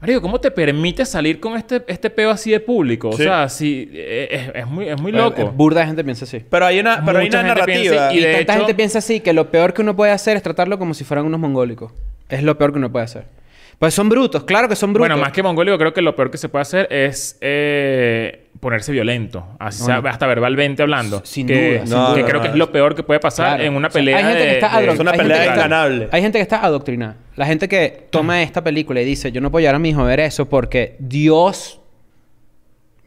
Marico, ¿cómo te permite salir con este, este peo así de público? Sí. O sea, sí, eh, es, es muy, es muy Bueno, loco. Burda de gente piensa así. Pero hay una, pero hay Mucha una gente piensa narrativa. y Y de tanta hecho- gente piensa así que lo peor que uno puede hacer es tratarlo como si fueran unos mongólicos. Es lo peor que uno puede hacer. Pues son brutos, claro que son brutos. Bueno, más que mongólico, creo que lo peor que se puede hacer es eh, ponerse violento. Así sea, hasta verbalmente hablando. Sin que, duda, sin No, duda. que no, creo no, que es no. lo peor que puede pasar Claro. en una O sea, pelea. hay gente de- que está de- adoctrinada. Es una pelea inganable. Hay gente que está adoctrinada. La gente que Ah. toma esta película y dice, yo no puedo llevar a mi hijo a ver eso porque Dios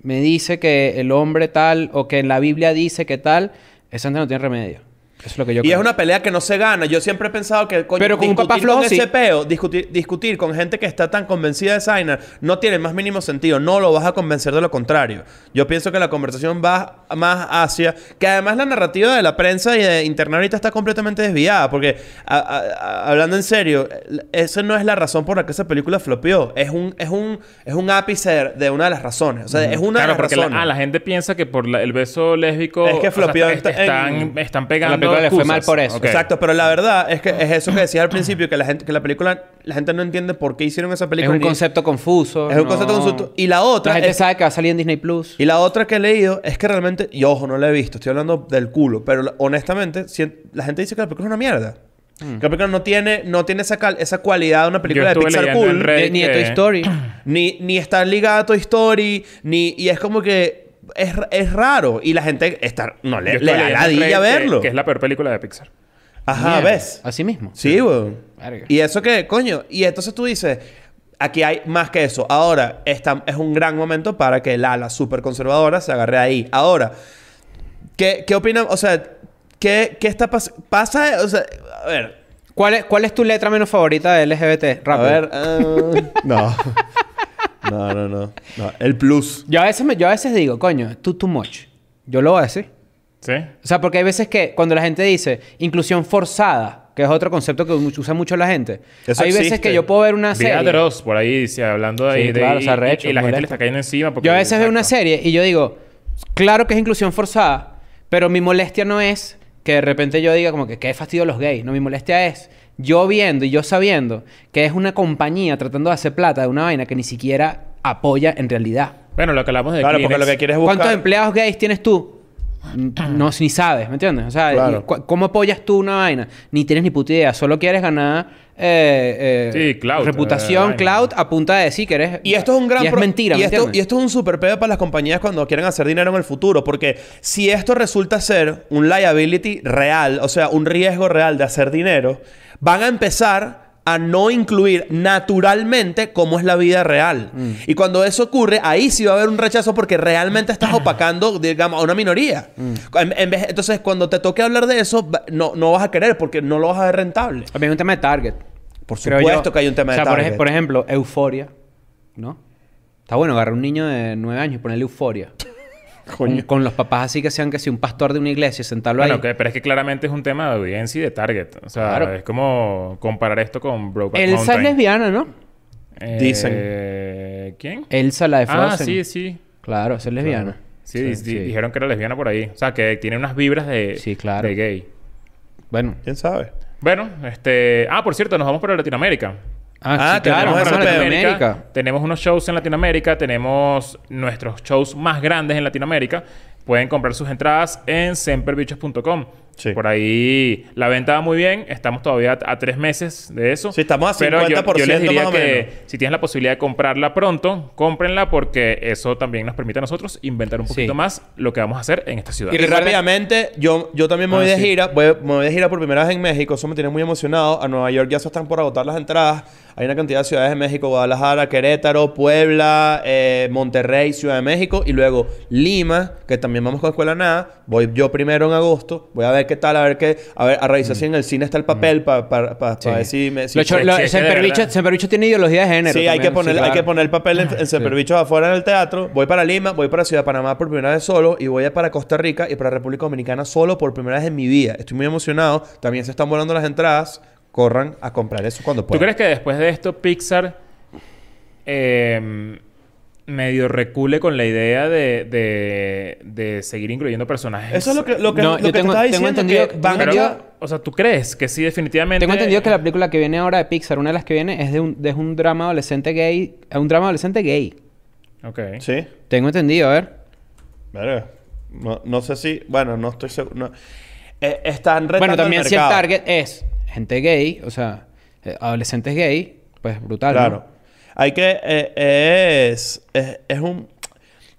me dice que el hombre tal o que en la Biblia dice que tal. Esa gente no tiene remedio. Eso es lo que yo Y es creo. una pelea que no se gana. Yo siempre he pensado que coño, Pero con un discutir papá flojo, con ese sí. peo, discutir, discutir con gente que está tan convencida de esa vaina, no tiene el más mínimo sentido. No lo vas a convencer de lo contrario. Yo pienso que la conversación va más hacia... Que además la narrativa de la prensa y de internet ahorita está completamente desviada. Porque, a- a- a- hablando en serio, esa no es la razón por la que esa película flopeó. Es un, es un, es un ápice de una de las razones. O sea, es Claro, una de las porque la, razones. ah, la gente piensa que por la- el beso lésbico. Es que o sea, flopeó está- en- en- están, están pegando. la película le fue mal excusas. por eso. Ok. Exacto, pero la verdad es que es eso que decías al principio, que la gente, que la película, la gente no entiende por qué hicieron esa Es película. un ni- concepto confuso. Es un no. concepto consulto. Y la otra. La gente es- sabe que va a salir en Disney Plus. y la otra que he leído es que realmente, y ojo, no la he visto, estoy hablando del culo, pero la- honestamente, si- la gente dice que la película es una mierda. Que la película no tiene, no tiene esa, cal- esa cualidad de una película de Hmm. estuve Pixar leyendo en cool, redes Ni- ni de Toy que- Story. ni, ni está ligada a Toy Story, ni, y es como que es, es raro. Y la gente está, no Yo le, estoy le da leyendo en ladilla redes que- verlo. Que es la peor película de Pixar. Ajá, Mierda. ¿ves? Así mismo. Sí, weón. Verga. Y eso que, coño, y entonces tú dices, aquí hay más que eso. Ahora, esta es un gran momento para que el ala súper conservadora se agarre ahí. Ahora, ¿qué, qué opinan? O sea, ¿qué, qué está pasando? Pasa, o sea, a ver. ¿Cuál es, ¿Cuál es tu letra menos favorita de LGBT? Rápido. (laughs) A ver. eh, no. (laughs) No, no, no, No, El plus. Yo a veces, me- yo a veces digo, coño, tú too much. Yo lo voy a decir. ¿Sí? O sea, porque hay veces que cuando la gente dice inclusión forzada, que es otro concepto que mu- usa mucho la gente, Eso hay veces existe. que yo puedo ver una Vida serie. atroz por ahí, dice, hablando ahí Sí, de. claro, y, se ha rehecho, y- y la gente le molesta. está cayendo encima. Porque, Yo a veces veo una Exacto. serie y yo digo, claro que es inclusión forzada, pero mi molestia no es que de repente yo diga como que qué fastidio los gays. No, mi molestia es yo viendo y yo sabiendo que es una compañía tratando de hacer plata de una vaina que ni siquiera apoya en realidad. Bueno, lo que hablamos de. Claro, porque Kleenex. lo que quieres es buscar. ¿Cuántos empleados gays tienes tú? N- No, (clears throat) ni sabes, ¿me entiendes? O sea, Claro. y cu- ¿cómo apoyas tú una vaina? Ni tienes ni puta idea, solo quieres ganar eh, eh, Sí, clout, eh, reputación, vaina. cloud, a punta de decir que eres. Y esto es un gran y es pro- mentira, y ¿me esto, entiendes? y esto es un super pedo para las compañías cuando quieren hacer dinero en el futuro. Porque si esto resulta ser un liability real, o sea, un riesgo real de hacer dinero, van a empezar a no incluir naturalmente cómo es la vida real. Mm. Y cuando eso ocurre, ahí sí va a haber un rechazo porque (clears throat) realmente estás opacando, digamos, a una minoría. Mm. En- en vez- entonces, cuando te toque hablar de eso, va- no, no vas a querer porque no lo vas a ver rentable. También hay un tema de target. Por creo yo. supuesto que hay un tema de O sea, por ej- target. Por, ejemplo, euforia. ¿No? Está bueno agarrar un niño de nueve años y ponerle (laughs) euforia. Con, con los papás así que sean que si un pastor de una iglesia y sentarlo ahí. Bueno, que- pero es que claramente es un tema de audiencia y de target. O sea, Claro. es como comparar esto con Brokeback Elsa es Mountain. lesbiana, ¿no? Eh, ¿Quién? Elsa, Eh, la de Frozen. Ah, sí, sí. Claro, esa es lesbiana. Sí, O sea, di- di- dijeron que era lesbiana por ahí. O sea, que tiene unas vibras de, Sí, claro. de gay. Bueno. ¿Quién sabe? Bueno, este... Ah, por cierto, nos vamos para Latinoamérica. Ah, Ah, sí, claro. tenemos vamos ese a pedo. Latinoamérica. Tenemos unos shows en Latinoamérica. Tenemos nuestros shows más grandes en Latinoamérica. Pueden comprar sus entradas en semperbichos.com. Sí. Por ahí la venta va muy bien. Estamos todavía a tres meses de eso. Sí, estamos a Pero yo- yo, 50% les diría más o que menos. si tienes la posibilidad de comprarla pronto, cómprenla porque eso también nos permite a nosotros inventar un poquito Sí. más lo que vamos a hacer en esta ciudad. Y rápidamente, yo, yo también me voy Ah, de sí. gira. Voy, me voy de gira por primera vez en México. Eso me tiene muy emocionado. A Nueva York ya se están por agotar las entradas. Hay una cantidad de ciudades en México. Guadalajara, Querétaro, Puebla, eh, Monterrey, Ciudad de México. Y luego Lima, que también vamos con Escuela Nada. Voy yo primero en agosto. Voy a ver qué tal. A ver qué... A, ver, a revisar si en el cine está el papel para ver si... Me, si Mm. Lo cho- sí, lo- sí, es que de Semper Bicho- verdad. Semper Bicho tiene ideología de género. Sí, Ah, hay también, que, poner, hay claro. que poner el papel en, en Semperbichos afuera en el teatro. Voy para Lima, voy para Ciudad de Panamá por primera vez solo y voy a para Costa Rica y para República Dominicana solo por primera vez en mi vida. Estoy muy emocionado. También se están volando las entradas. Corran a comprar eso cuando ¿Tú puedan. crees que después de esto Pixar eh, medio recule con la idea de, de, de seguir incluyendo personajes? Eso es lo que, lo que, No, lo yo que te tengo- estaba tengo diciendo. entendido- que tengo van a- Pero, entendido- o sea, ¿tú crees que sí definitivamente? Tengo entendido que la película que viene ahora de Pixar, una de las que viene, es de un, de un drama adolescente gay. eh, Un drama adolescente gay. Ok. Sí. Tengo entendido, a ver. Verga. No, no sé si... Bueno, no estoy seguro. no. Eh, están Bueno, retando también el si el mercado. target es gente gay, o sea, eh, adolescentes gay, pues brutal. Claro. ¿no? Hay que... eh, es, es, es un...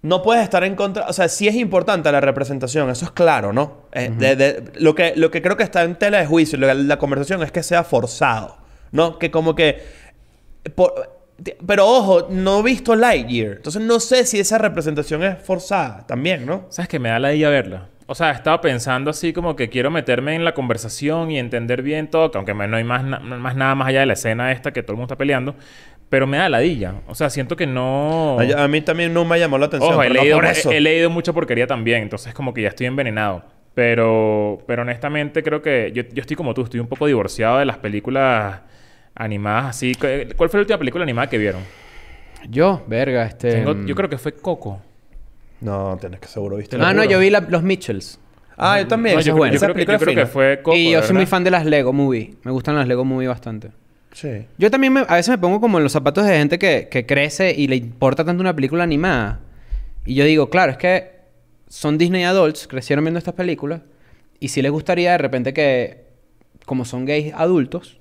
No puedes estar en contra... O sea, sí es importante la representación. Eso es claro, ¿no? Eh, de- de- lo, que, lo que creo que está en tela de juicio, lo- la conversación, es que sea forzado. ¿No? Que como que... por- te- pero ojo, no he visto Lightyear. Entonces no sé si esa representación es forzada también, ¿no? ¿Sabes que me da la idea verla? O sea, estaba pensando así como que quiero meterme en la conversación y entender bien todo, que aunque no hay más, na- más nada más allá de la escena esta que todo el mundo está peleando, pero me da la idea. O sea, siento que no... A- A mí también no me llamó la atención. Ojo, he pero no leído, por eso. he- he leído mucha porquería también, entonces como que ya estoy envenenado. Pero, pero honestamente creo que yo, yo estoy como tú, estoy un poco divorciado de las películas animadas así. ¿Cu- ¿Cuál fue la última película animada que vieron? Yo, verga, este. Tengo- mm. yo creo que fue Coco. No, tienes que seguro viste. Ah, no, yo vi la- los Mitchells. Ah, yo también. No, esa yo, es creo- buena. yo Esa creo, que- yo película es creo que fina. fue Coco. y yo soy ¿verdad? muy fan de las Lego Movie. Me gustan las Lego Movie bastante. Sí. Yo también me- a veces me pongo como en los zapatos de gente que, que crece y le importa tanto una película animada. Y yo digo, claro, es que son Disney adults, crecieron viendo estas películas. Y si les gustaría de repente que, como son gays adultos,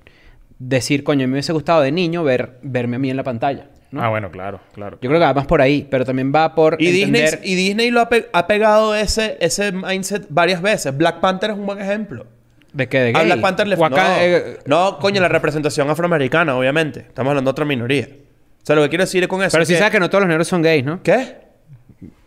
decir, coño, me hubiese gustado de niño ver, verme a mí en la pantalla. ¿no? Ah, bueno, claro, claro. Yo creo que va más por ahí, pero también va por. Y Disney, entender- y Disney lo ha, pe- ha pegado ese, ese mindset varias veces. Black Panther es un buen ejemplo. ¿De qué? ¿De A gay? Black Panther le O acá, no, eh, no, coño, la representación afroamericana, obviamente. Estamos hablando de otra minoría. O sea, lo que quiero decir es con eso. Pero es sí que- sabes que no todos los negros son gays, ¿no? ¿Qué?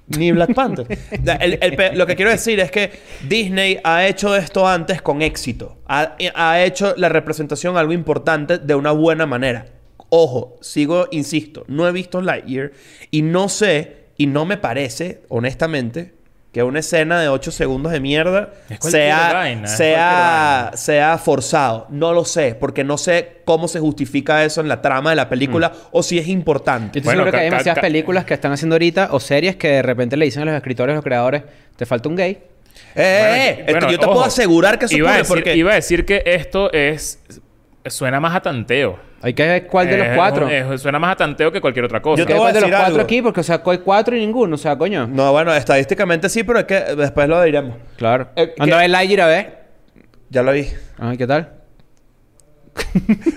Ni Black Panther. Da- (laughs) el- el pe- lo que quiero decir es que Disney ha hecho esto antes con éxito. Ha, ha hecho la representación algo importante de una buena manera. Ojo, sigo, insisto, no he visto Lightyear y no sé y no me parece, honestamente, que una escena de 8 segundos de mierda Es cualquier sea, vaina, es cualquier sea, vaina. sea forzado. No lo sé, porque no sé cómo se justifica eso en la trama de la película o si es Yo importante. estoy Bueno, seguro que ca- hay ca- demasiadas ca- películas que están haciendo ahorita o series que de repente le dicen a los escritores, a los creadores, te falta un gay. Eh, eh, eh, esto- Bueno, yo te ojo, puedo asegurar que eso iba a ocurre decir, porque... Iba a decir que esto es... Suena más a tanteo. Hay que ver cuál de los Es un- cuatro. Hay es- suena más a tanteo que cualquier otra cosa. Yo que ver voy a cuál de los decir cuatro algo. aquí, porque, o sea, hay cuatro y ninguno, o sea, coño. No, bueno, estadísticamente sí, pero es que eh, después lo diremos. Claro. Eh, Anda a ver que- Lightyear a ver. Ya lo vi. Ay, ¿qué tal?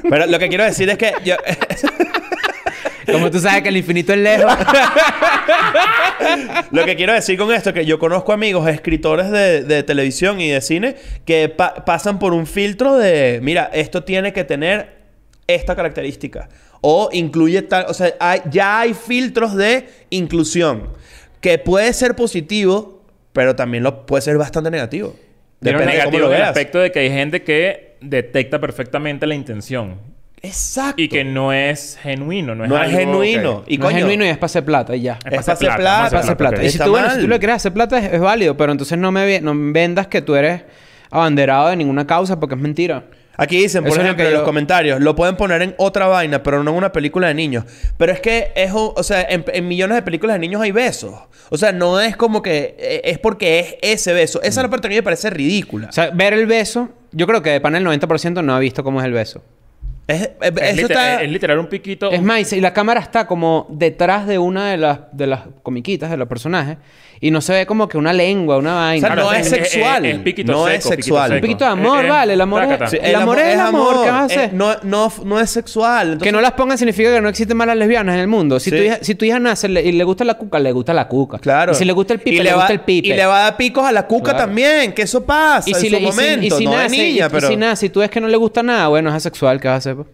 Pero lo que quiero decir es que... yo- (laughs) Como tú sabes que el infinito es lejos. lo que quiero decir con esto es que yo conozco amigos, escritores de, de televisión y de cine, que pa- pasan por un filtro de... Mira, esto tiene que tener esta característica. O incluye tal. O sea, hay- ya hay filtros de inclusión. Que puede ser positivo, pero también lo puede ser bastante negativo. Pero Depende de cómo negativo lo en el veas. aspecto de que hay gente que detecta perfectamente la intención Exacto. y que no es genuino, no es no es algo genuino. que- Y no coño, es genuino y es para hacer plata y ya. Es es para hacer plata, plata. es para hacer plata. ok. Y si Está tú, bueno, si tú mal. lo quieres hacer plata, es, es válido. Pero entonces no me, ve- no me vendas que tú eres abanderado de ninguna causa porque es mentira. Aquí dicen, por Eso es lo ejemplo, que en los yo- comentarios, lo pueden poner en otra vaina, pero no en una película de niños. Pero es que es, un- o sea, en, en millones de películas de niños hay besos. O sea, no es como que eh, es porque es ese beso. Esa es la parte que a mí me parece ridícula. O sea, ver el beso... Yo creo que de pan el 90% no ha visto cómo es el beso. es, eh, Es, eso liter- está- es literal un piquito. Es más, y la cámara está como detrás de una de las, de las comiquitas, de los personajes. Y no se ve como que una lengua, una vaina. O sea, no es sexual. Es, piquito No seco, es sexual. seco. Un piquito de amor, vale, el amor es- tácata. Sí, el amor es el amor, ¿qué vas a hacer? Eh, no, no, no es sexual. Entonces, que no las pongan significa que no existen malas lesbianas en el mundo. Si, Sí. tu, hija, si tu hija nace le- y le gusta la cuca, le gusta la cuca. Claro. Y si le gusta el pipe, Y le, va- gusta el pipe. Y le va a dar picos a la cuca Claro. también, que eso pasa y en si su le- y si- momento. y si no de nace, y- niña, y pero... si nace y tú ves que no le gusta nada, bueno, es asexual, ¿qué vas a hacer? pues?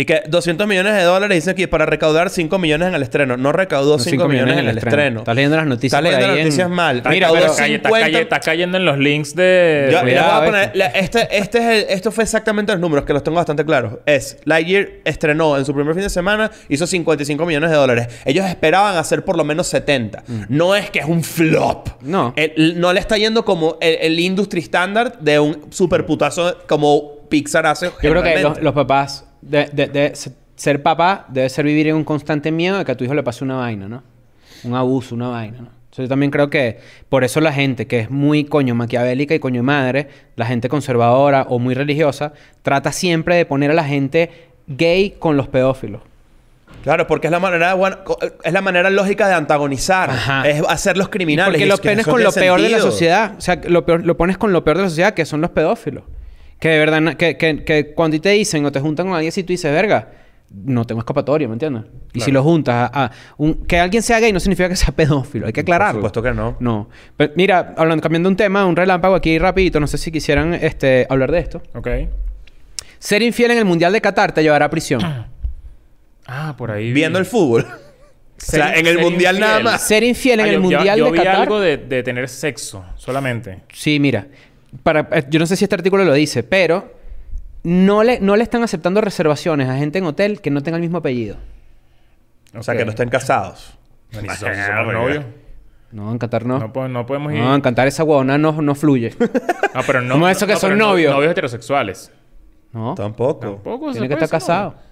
Y que 200 millones de dólares dicen que para recaudar 5 millones en el estreno. No recaudó No, 5 millones, en el estreno. Estás leyendo las noticias Estás por leyendo ahí las en- noticias mal. Está- Mira, pero ahora calle- está, 50 calle- está cayendo en los links de. Yo- yo Cuidado, voy a ¿eh? poner- la- este, este, es el- esto fue exactamente los números, que los tengo bastante claros. Es, Lightyear estrenó en su primer fin de semana, hizo 55 millones de dólares. Ellos esperaban hacer por lo menos 70. No es que es un flop. Mm. No. El- no le está yendo como el, el industry standard de un superputazo como Pixar hace. Yo creo que generalmente. los, los papás, de, de- de se- ser papá debe ser vivir en un constante miedo de que a tu hijo le pase una vaina, ¿no? Un abuso, una vaina, ¿no? Entonces, yo también creo que por eso la gente que es muy coño maquiavélica y coño madre, la gente conservadora o muy religiosa, trata siempre de poner a la gente gay con los pedófilos. Claro, porque es la manera, bueno, co- es la manera lógica de antagonizar. Ajá. Es hacer los Y criminales. porque y lo es que pones eso con tiene lo peor de la sentido. sociedad. O sea, que lo, peor- lo pones con lo peor de la sociedad, que son los pedófilos. Que de verdad, na- que, que, que cuando a ti te dicen o te juntan con alguien, si tú dices, verga, no tengo escapatoria, ¿me entiendes? Y si lo juntas a, a un- que alguien sea gay no significa que sea pedófilo, hay que aclararlo. supuesto que no. No. Pero mira, hablando, cambiando un tema, un relámpago aquí rapidito, no sé si quisieran este, hablar de esto. Ok. Ser infiel en el Mundial de Qatar te llevará a (coughs) prisión. Ah, por ahí. vi. Viendo el fútbol. (laughs) Ser- o sea, en el ser mundial nada infiel. más. Ser infiel en Ah, el yo- yo- Mundial yo de vi Qatar. algo de, de tener sexo solamente. Sí, mira. Para, eh, yo no sé si este artículo lo dice, pero no le, no le están aceptando reservaciones a gente en hotel que no tenga el mismo apellido. O sea, que no estén casados. Bueno, y si son- si son novios. No, en Qatar no. No, No, po- no podemos ir. en Qatar esa huevona no, (laughs) no fluye. Ah, pero no. Como eso que son pero no- novios. Novios heterosexuales. No. Tampoco. Tampoco se Tiene que puede estar ser casado. novio.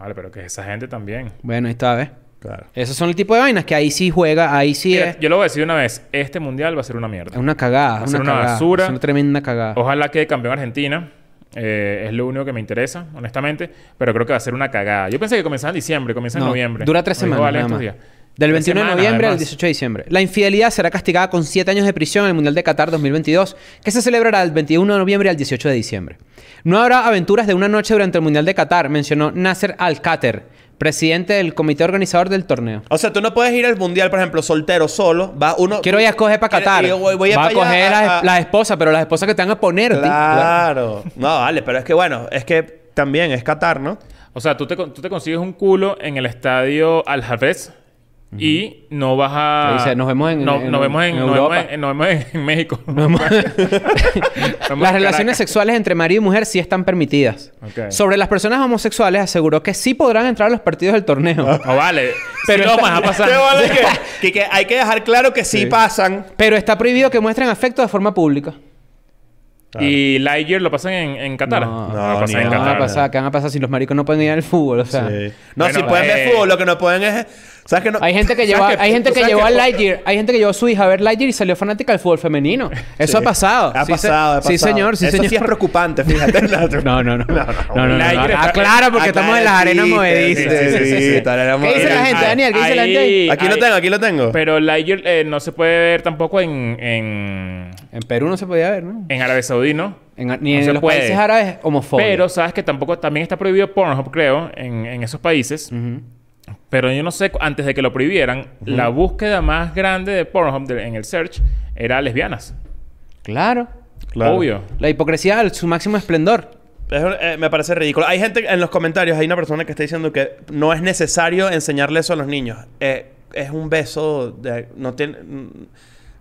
Vale, pero que esa gente también. Bueno, ahí está, ¿ves? Claro. Esos son el tipo de vainas que ahí sí juega, ahí sí Mira, es. yo lo voy a decir una vez. Este mundial va a ser una Es mierda. una cagada, es ser una, una cagada. basura. Es una tremenda cagada. Ojalá quede campeón Argentina. Eh, es lo único que me interesa, honestamente. Pero creo que va a ser una cagada. Yo pensé que comenzaba en diciembre, comienza en No, noviembre. Dura tres Me dijo semanas. Valen nada estos más. días. Del Tres 21 semanas, de noviembre al además. 18 de diciembre. La infidelidad será castigada con 7 años de prisión en el Mundial de Qatar 2022, que se celebrará del 21 de noviembre al 18 de diciembre. No habrá aventuras de una noche durante el Mundial de Qatar, mencionó Nasser Al-Qatar, presidente del comité organizador del torneo. O sea, tú no puedes ir al mundial, por ejemplo, soltero, solo. Va uno. Quiero ir a escoger para Quiere- Qatar. y yo voy- voy Va a pa' allá coger a- las, a- las esposas, pero las esposas que te van a poner. ¿sí? Claro. No, vale, pero es que bueno, es que también es Qatar, ¿no? O sea, tú te, con- tú te consigues un culo en el estadio Al Javés y no vas a. Te dice, "Nos vemos en- no, en- nos vemos en, en nos vemos Europa". en- nos vemos en- en (laughs) México. (laughs) Las relaciones sexuales entre marido y mujer sí están permitidas. Ok. Sobre las personas homosexuales aseguró que sí podrán entrar a los partidos del torneo. (laughs) No vale. Pero Pero no está- vas a pasar. (laughs) Qué vale que, que- que hay que dejar claro que sí, pasan. Pero está prohibido que muestren afecto de forma pública. Y Lightyear lo pasan en, en Qatar. lo No, no, pasan ni en ¿Qué van a Qatar. pasar? ¿Qué van a pasar si los maricos no pueden ir al fútbol? O sea, Sí. Ah. No, Bueno, si pueden ver eh. fútbol, lo que no pueden es. ¿Sabes que no? hay gente que ¿sabes llevó, que- hay gente tú que sabes llevó que- a Lightyear, hay gente que llevó a su hija a ver Lightyear y salió fanática del fútbol femenino. Eso ha pasado. Ha Sí, se- pasado, ha pasado. Sí, señor, sí, Eso señor. sí (laughs) es preocupante, fíjate. No, (laughs) no, no. No, no, no. Lightyear está- Aclara porque estamos en las arenas movedizas. sí, sí, sí, sí, sí. ¿Qué dice la Ahí- gente, Daniel? ¿Qué dice la gente ahí? ahí- Aquí lo ahí- tengo, aquí lo tengo. Pero Lightyear eh, no se puede ver tampoco en, en, En Perú no se podía ver, ¿no? en Arabia Saudí, ¿no? En- ni No en se los puede. países árabes homofóbicos. Pero sabes que tampoco también está prohibido Pornhub, creo, en, en esos países. Pero yo no sé, cu- antes de que lo prohibieran, la búsqueda más grande de Pornhub de- en el search era lesbianas. Claro. Claro. Obvio. La hipocresía al su máximo esplendor. Es un- eh, me parece ridículo. Hay gente en los comentarios, hay una persona que está diciendo que no es necesario enseñarle eso a los niños. Eh, es un beso de, no tiene, mm,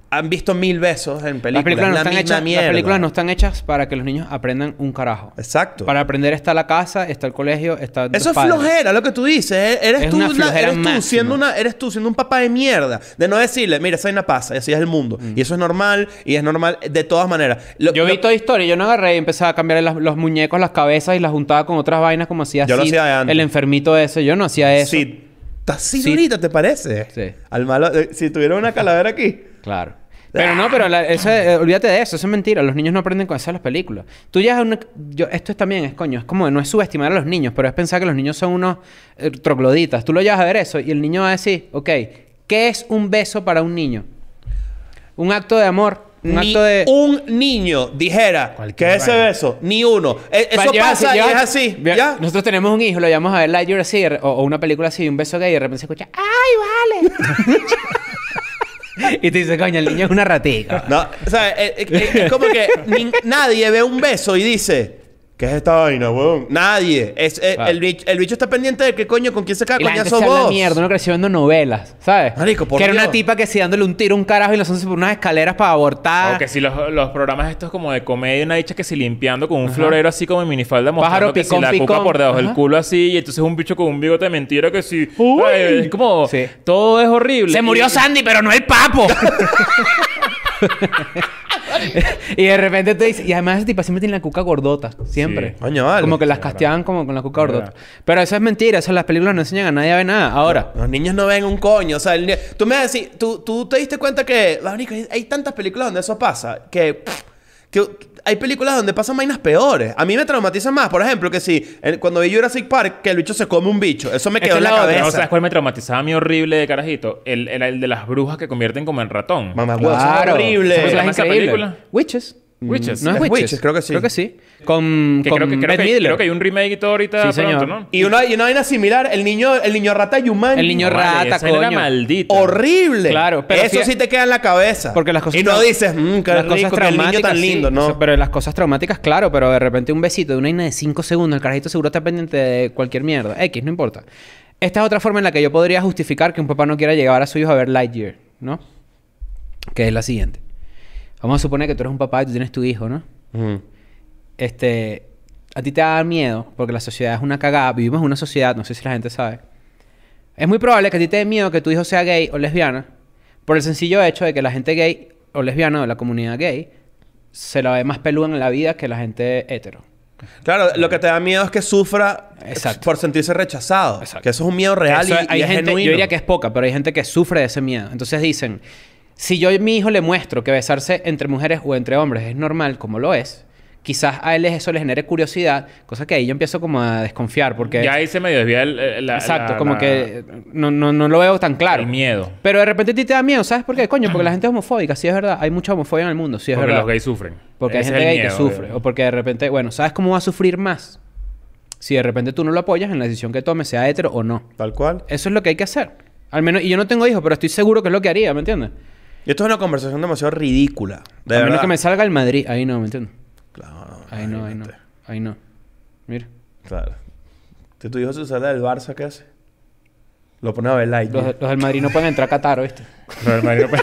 han visto mil besos en películas. Las películas, no la están misma hechas, las mierda. películas no están hechas para que los niños aprendan un carajo. Exacto. Para aprender está la casa, está el colegio, está... los Eso es padres. flojera, lo que tú dices. E- Eres, Es tú, una una- flojera eres, tú máxima. siendo una, eres tú siendo un papá de mierda. De no decirle, mira, esa vaina pasa, y así es el mundo. Y eso es normal, y es normal de todas maneras. Lo- Mm. Yo lo- vi toda historia, yo no agarré y empezaba a cambiar las- los muñecos, las cabezas y las juntaba con otras vainas como hacía Yo lo Sid, hacía antes. el enfermito ese, yo no hacía eso. Sí. ¿Estás así Sí. ahorita, te parece? Sí. Al malo, eh, si tuviera una calavera aquí. Claro. Pero no, pero la- eso, eh, olvídate de eso, eso es mentira. Los niños no aprenden con eso en las películas. Tú ya es una- yo- esto es también es coño, es como no es subestimar a los niños, pero es pensar que los niños son unos eh, trogloditas. Tú lo llevas a ver eso y el niño va a decir, ok, ¿qué es un beso para un niño? Un acto de amor, un ni acto de un niño dijera Cualquier que ese vaina. beso, ni uno. E- eso Pa- llevas pasa así, y es llevas- así. Mira, ¿Ya? Nosotros tenemos un hijo, lo llamamos a ver Lightyear así, de re- o, o una película así, y un beso gay, y de repente se escucha, "Ah", ¡ay, vale! y te dice, coño, el niño es una (laughs) ratica. No, o sea, eh, eh, eh, es como que nin- nadie ve un beso y dice, ¿qué es esta vaina, huevón? Nadie. Es, eh, Claro. el, bicho, el bicho está pendiente de qué coño, con quién se cae Y la gente se coñazo habla vos. mierda, uno creció viendo novelas, ¿sabes? Marico, por que era una Dios. tipa que si dándole un tiro a un carajo y los hace por unas escaleras para abortar. O que si los, los programas estos como de comedia, una dicha que si limpiando con un florero así como en minifalda mostrando Pájaro que picón, si la cuca picón. por debajo del Ajá. culo así y entonces un bicho con un bigote de mentira que si... Uy. Ay, es como... Sí. Todo es horrible. Se murió Y- Sandy, pero no el (laughs) papo. (laughs) y de repente te dice, y además esa tipa siempre tiene la cuca gordota, siempre. Sí. Coño, vale. Como que las Sí, casteaban como con la cuca Verdad. gordota. Pero eso es mentira, eso las películas no enseñan a nadie a ver nada. Ahora, Los niños no ven un coño. O sea, el ni- tú me decís, tú, tú te diste cuenta que, marico, hay, hay tantas películas donde eso pasa que. pff, que hay películas donde pasan vainas peores. A mí me traumatizan más. Por ejemplo, que si eh, cuando vi Jurassic Park, que el bicho se come un bicho. Eso me Esta quedó en es la, otra. cabeza. ¿No sabes cuál me traumatizaba a mí horrible de carajito? El, el, el de las brujas que convierten como en ratón. Mamá, huevo, eso es claro. horrible. Esa ¿Cómo película es se llama esa increíble. película? Witches. Witches. No es, Es Witches. Witches, creo que sí. Creo que sí. Con, Que con creo, que, creo, Bette que, Midler. creo que hay un remake y todo ahorita Sí, pronto, señor. ¿no? Y una, y una vaina similar, el niño, el niño rata Yumanji. El niño No, rata, esa era coño. maldita. Horrible. Claro, pero Eso fía- sí te queda en la cabeza. Porque las cosas Y no trau- dices, mmm, qué las cosas rico, qué niño traumáticas, tan sí. lindo, O ¿no? sea, pero las cosas traumáticas, claro, pero de repente un besito de una ina de 5 segundos, el carajito seguro está pendiente de cualquier mierda. X, no importa. Esta es otra forma en la que yo podría justificar que un papá no quiera llevar a su hijo a ver Lightyear, ¿no? Que es la siguiente. Vamos a suponer que tú eres un papá y tú tienes tu hijo, ¿no? Ujú. Este, a ti te da miedo porque la sociedad es una cagada. Vivimos en una sociedad, no sé si la gente sabe. Es muy probable que a ti te dé miedo que tu hijo sea gay o lesbiana por el sencillo hecho de que la gente gay o lesbiana de la comunidad gay se la ve más peluda en la vida que la gente hetero. Claro, lo que te da miedo es que sufra Exacto. por sentirse rechazado. Exacto. Que eso es un miedo real Eso y, es- hay y es gente, genuino. Yo diría que es poca, pero hay gente que sufre de ese miedo. Entonces dicen, si yo a mi hijo le muestro que besarse entre mujeres o entre hombres es normal, como lo es, quizás a él eso le genere curiosidad, cosa que ahí yo empiezo como a desconfiar porque... Ya ahí se medio desvía el, el- la- Exacto, la- como la- que no, no, no lo veo tan claro. El miedo. Pero de repente a ti te da miedo, ¿sabes por qué? Coño, porque la gente es homofóbica, sí es verdad. Hay mucha homofobia en el mundo, sí es porque verdad. los gays sufren. Porque hay Ese gente es el gay que miedo, sufre. eh. O porque de repente, bueno, ¿sabes cómo va a sufrir más? Si de repente tú no lo apoyas en la decisión que tome, sea hetero o no. Tal cual. Eso es lo que hay que hacer. Al menos, y yo no tengo hijos, pero estoy seguro que es lo que haría, ¿me entiendes? Y esto es una conversación demasiado ridícula. De a verdad. menos que me salga el Madrid. Ahí no, ¿me entiendes? Claro, Ahí no, ahí no. imagínate. Ahí no. Mira. Claro. Si tu hijo se sale del Barça, ¿qué hace? Lo pone a ver like. Los, los del Madrid no pueden entrar a Qatar, ¿viste? No, el marido- pues,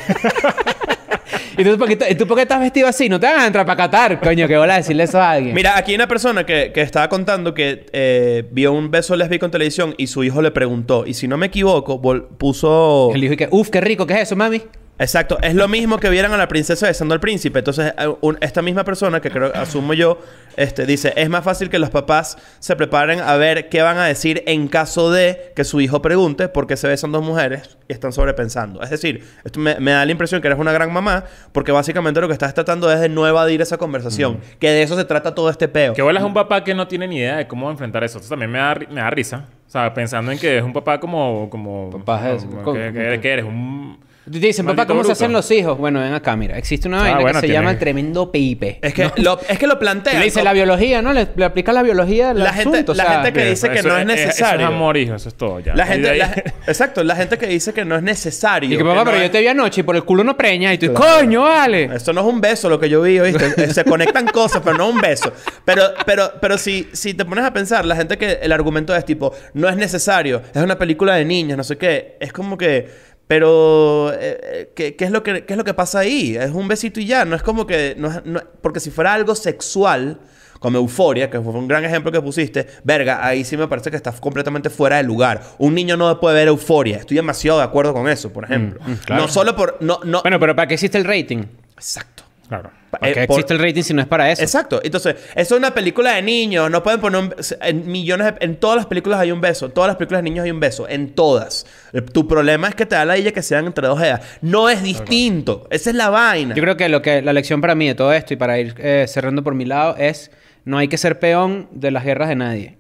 ¿Y tú por qué, t- tú por qué estás vestido así? No te van a entrar para Qatar, coño, que bola decirle eso a alguien. Mira, aquí hay una persona que, que estaba contando que eh, vio un beso lésbico en televisión y su hijo le preguntó. Y si no me equivoco, vol- puso... El hijo y que, uf, qué rico, ¿qué es eso, mami? Exacto, es lo mismo que vieran a la princesa besando al príncipe. Entonces, eh, un- esta misma persona que creo, asumo yo, este, dice, es más fácil que los papás se preparen a ver qué van a decir en caso de que su hijo pregunte por qué se besan dos mujeres y están sobrepensando. Es decir, esto me, me da la impresión que eres una gran mamá porque básicamente lo que estás tratando es de no evadir esa conversación, que de eso se trata todo este peo. Que bolas es un papá que no tiene ni idea de cómo enfrentar eso. Eso también me da, ri- me da risa. O sea, pensando en que es un papá como... como Papá es- como ¿cómo? que, que- ¿cómo? que eres un... Dicen, papá, Maldito ¿cómo se bruto. hacen los hijos? Bueno, ven acá, mira. Existe una vaina bueno, que se tiene- llama el tremendo pipe. Ah, Es que, lo, es que lo plantean. Que le dice ¿no? la biología, ¿no? Le, le aplica la biología al La gente- asunto. o la sea, gente que- dice eso no es Eso necesario. es amor, hijo. Eso es todo ya. La Y de gente, ahí- la- exacto, la gente que dice que no es necesario. Y que que papá, no pero es- yo te vi anoche y por el culo no preña. Y tú, Claro. ¡coño, vale! Esto no es un beso lo que yo vi, ¿oíste? Eh, Se conectan cosas, pero no es un beso. Pero, pero, pero si, si te pones a pensar, la gente que el argumento es tipo, no es necesario, es una película de niños, no sé qué, es como que... Pero, eh, eh, ¿qué, qué es lo que, ¿qué es lo que pasa ahí? Es un besito y ya. No es como que... No es- no- porque si fuera algo sexual, como Euforia, que fue un gran ejemplo que pusiste, verga, ahí sí me parece que estás completamente fuera de lugar. Un niño no puede ver Euforia. Estoy demasiado de acuerdo con eso, por ejemplo. No solo por... No, no... Bueno, pero ¿para qué existe el rating? Exacto. (laughs) Claro. ¿Para Eh, qué por- existe el rating si no es para eso? Exacto. Entonces, eso es una película de niños. No pueden poner un- en millones de- En todas las películas hay un beso. En todas las películas de niños hay un beso. En todas. Eh, Tu problema es que te da la idea que sean entre dos edades. No es distinto. Esa es la vaina. Yo creo que, lo que la lección para mí de todo esto y para ir eh, cerrando por mi lado es no hay que ser peón de las guerras de nadie.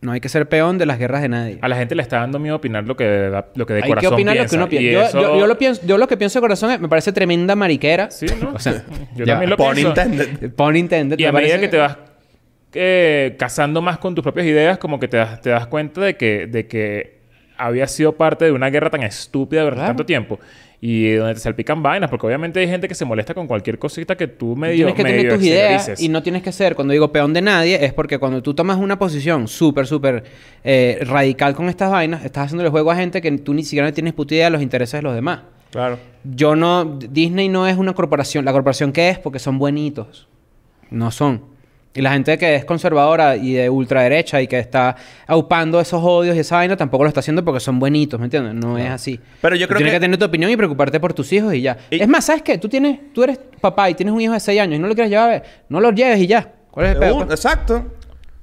No hay que ser peón de las guerras de nadie. A la gente le está dando miedo opinar lo que, de la- lo que de Hay que corazón opinar piensa. lo que uno Y piensa. Yo, eso- yo- yo lo pienso, yo lo que pienso de corazón es- me parece tremenda mariquera. Sí, ¿no? O sea, yo ya también lo Por pienso. Nintendo. Pon intended. Y me a medida parece- que te vas eh, casando más con tus propias ideas, como que te das, te das cuenta de que, de que había sido parte de una guerra tan estúpida durante Claro. tanto tiempo. Y donde te salpican vainas, porque obviamente hay gente que se molesta con cualquier cosita que tú medio, Tienes que tener medio tus ideas exteriorices. y no tienes que ser, cuando digo peón de nadie, es porque cuando tú tomas una posición súper, súper eh, radical con estas vainas, estás haciendo el juego a gente que tú ni siquiera tienes puta idea de los intereses de los demás. Claro. Yo no, Disney no es una corporación, la corporación que es porque son buenitos, no son. Y la gente que es conservadora y de ultraderecha y que está aupando esos odios y esa vaina tampoco lo está haciendo porque son buenitos, ¿me entiendes? No es así. Pero yo Tú creo tienes que- que tener tu opinión y preocuparte por tus hijos y ya. Y- Es más, ¿sabes qué? Tú tienes, tú eres papá y tienes un hijo de 6 años y no lo quieres llevar a ver, no lo lleves y ya. ¿Cuál es el De pedo? un- pues? exacto.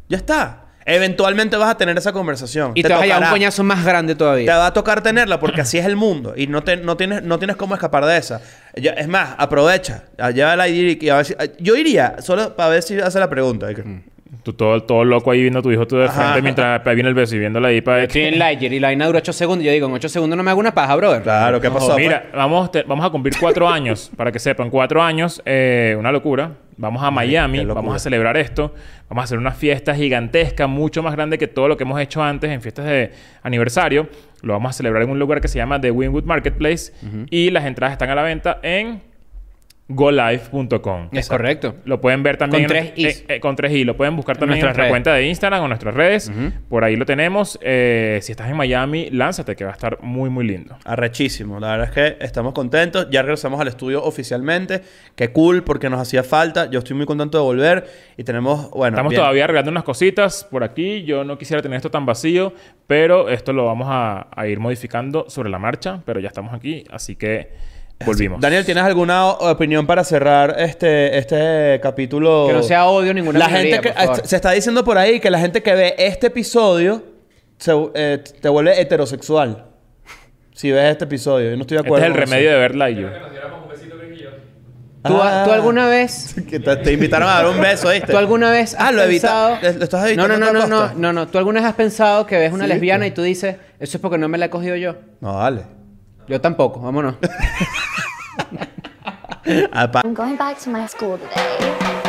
Ya está. Eventualmente vas a tener esa conversación. Y te, vas a llevar un tocará. coñazo más grande Te todavía. va a tocar tenerla porque así es el mundo y no, te- no, tienes, no tienes cómo escapar de esa. Ya- es más, aprovecha, Ah, a- llévala y, y a ver si- a- Yo iría solo para ver si hace la pregunta. de que- Mm. Tú todo, todo loco ahí viendo a tu hijo tú de Ajá. frente mientras viene el beso y viéndola ahí para... Estoy en Lightyear y la vaina dura 8 segundos. Yo digo, en 8 segundos no me hago una paja, brother. Claro, ¿qué pasó? pues? Mira, vamos, te- vamos a cumplir cuatro años, para que sepan, cuatro años, eh, una locura. Vamos a Miami, qué locura. vamos a celebrar esto, vamos a hacer una fiesta gigantesca, mucho más grande que todo lo que hemos hecho antes en fiestas de aniversario. Lo vamos a celebrar en un lugar que se llama The Winwood Marketplace y las entradas están a la venta en golive.com. Es correcto. Lo pueden ver también Eh, Con en- tres is. eh, eh, con tres i. Lo pueden buscar también en nuestras nuestra redes. cuenta de Instagram o nuestras redes. Por ahí lo tenemos. Eh, si estás en Miami, lánzate, que va a estar muy, muy lindo. Arrechísimo. La verdad es que estamos contentos. Ya regresamos al estudio oficialmente. Qué cool, porque nos hacía falta. Yo estoy muy contento de volver. Y tenemos, bueno... Estamos bien. todavía arreglando unas cositas por aquí. Yo no quisiera tener esto tan vacío, pero esto lo vamos a, a ir modificando sobre la marcha. Pero ya estamos aquí, así que volvimos. Daniel, ¿tienes alguna o- opinión para cerrar este, este capítulo? Que no sea odio ninguna La minoría, gente que, eh, por favor. se está diciendo por ahí que la gente que ve este episodio se, eh, te vuelve heterosexual. Si ves este episodio, yo no estoy de este es acuerdo. el con eso. remedio de verla y yo. Creo que nos diéramos un besito, Chris y yo. ¿Tú, Ah. ¿Tú alguna vez Que te, te invitaron a dar un beso, ¿viste? ¿Tú alguna vez has Ah, lo pensado... evita. ¿Lo estás evitando? No, a no, toda no, no, no, costa? no, no. ¿Tú alguna vez has pensado que ves una Sí, lesbiana pues. y tú dices, eso es porque no me la he cogido yo? No, dale. Yo tampoco, vámonos. Ah, pa- I'm going back to my school today.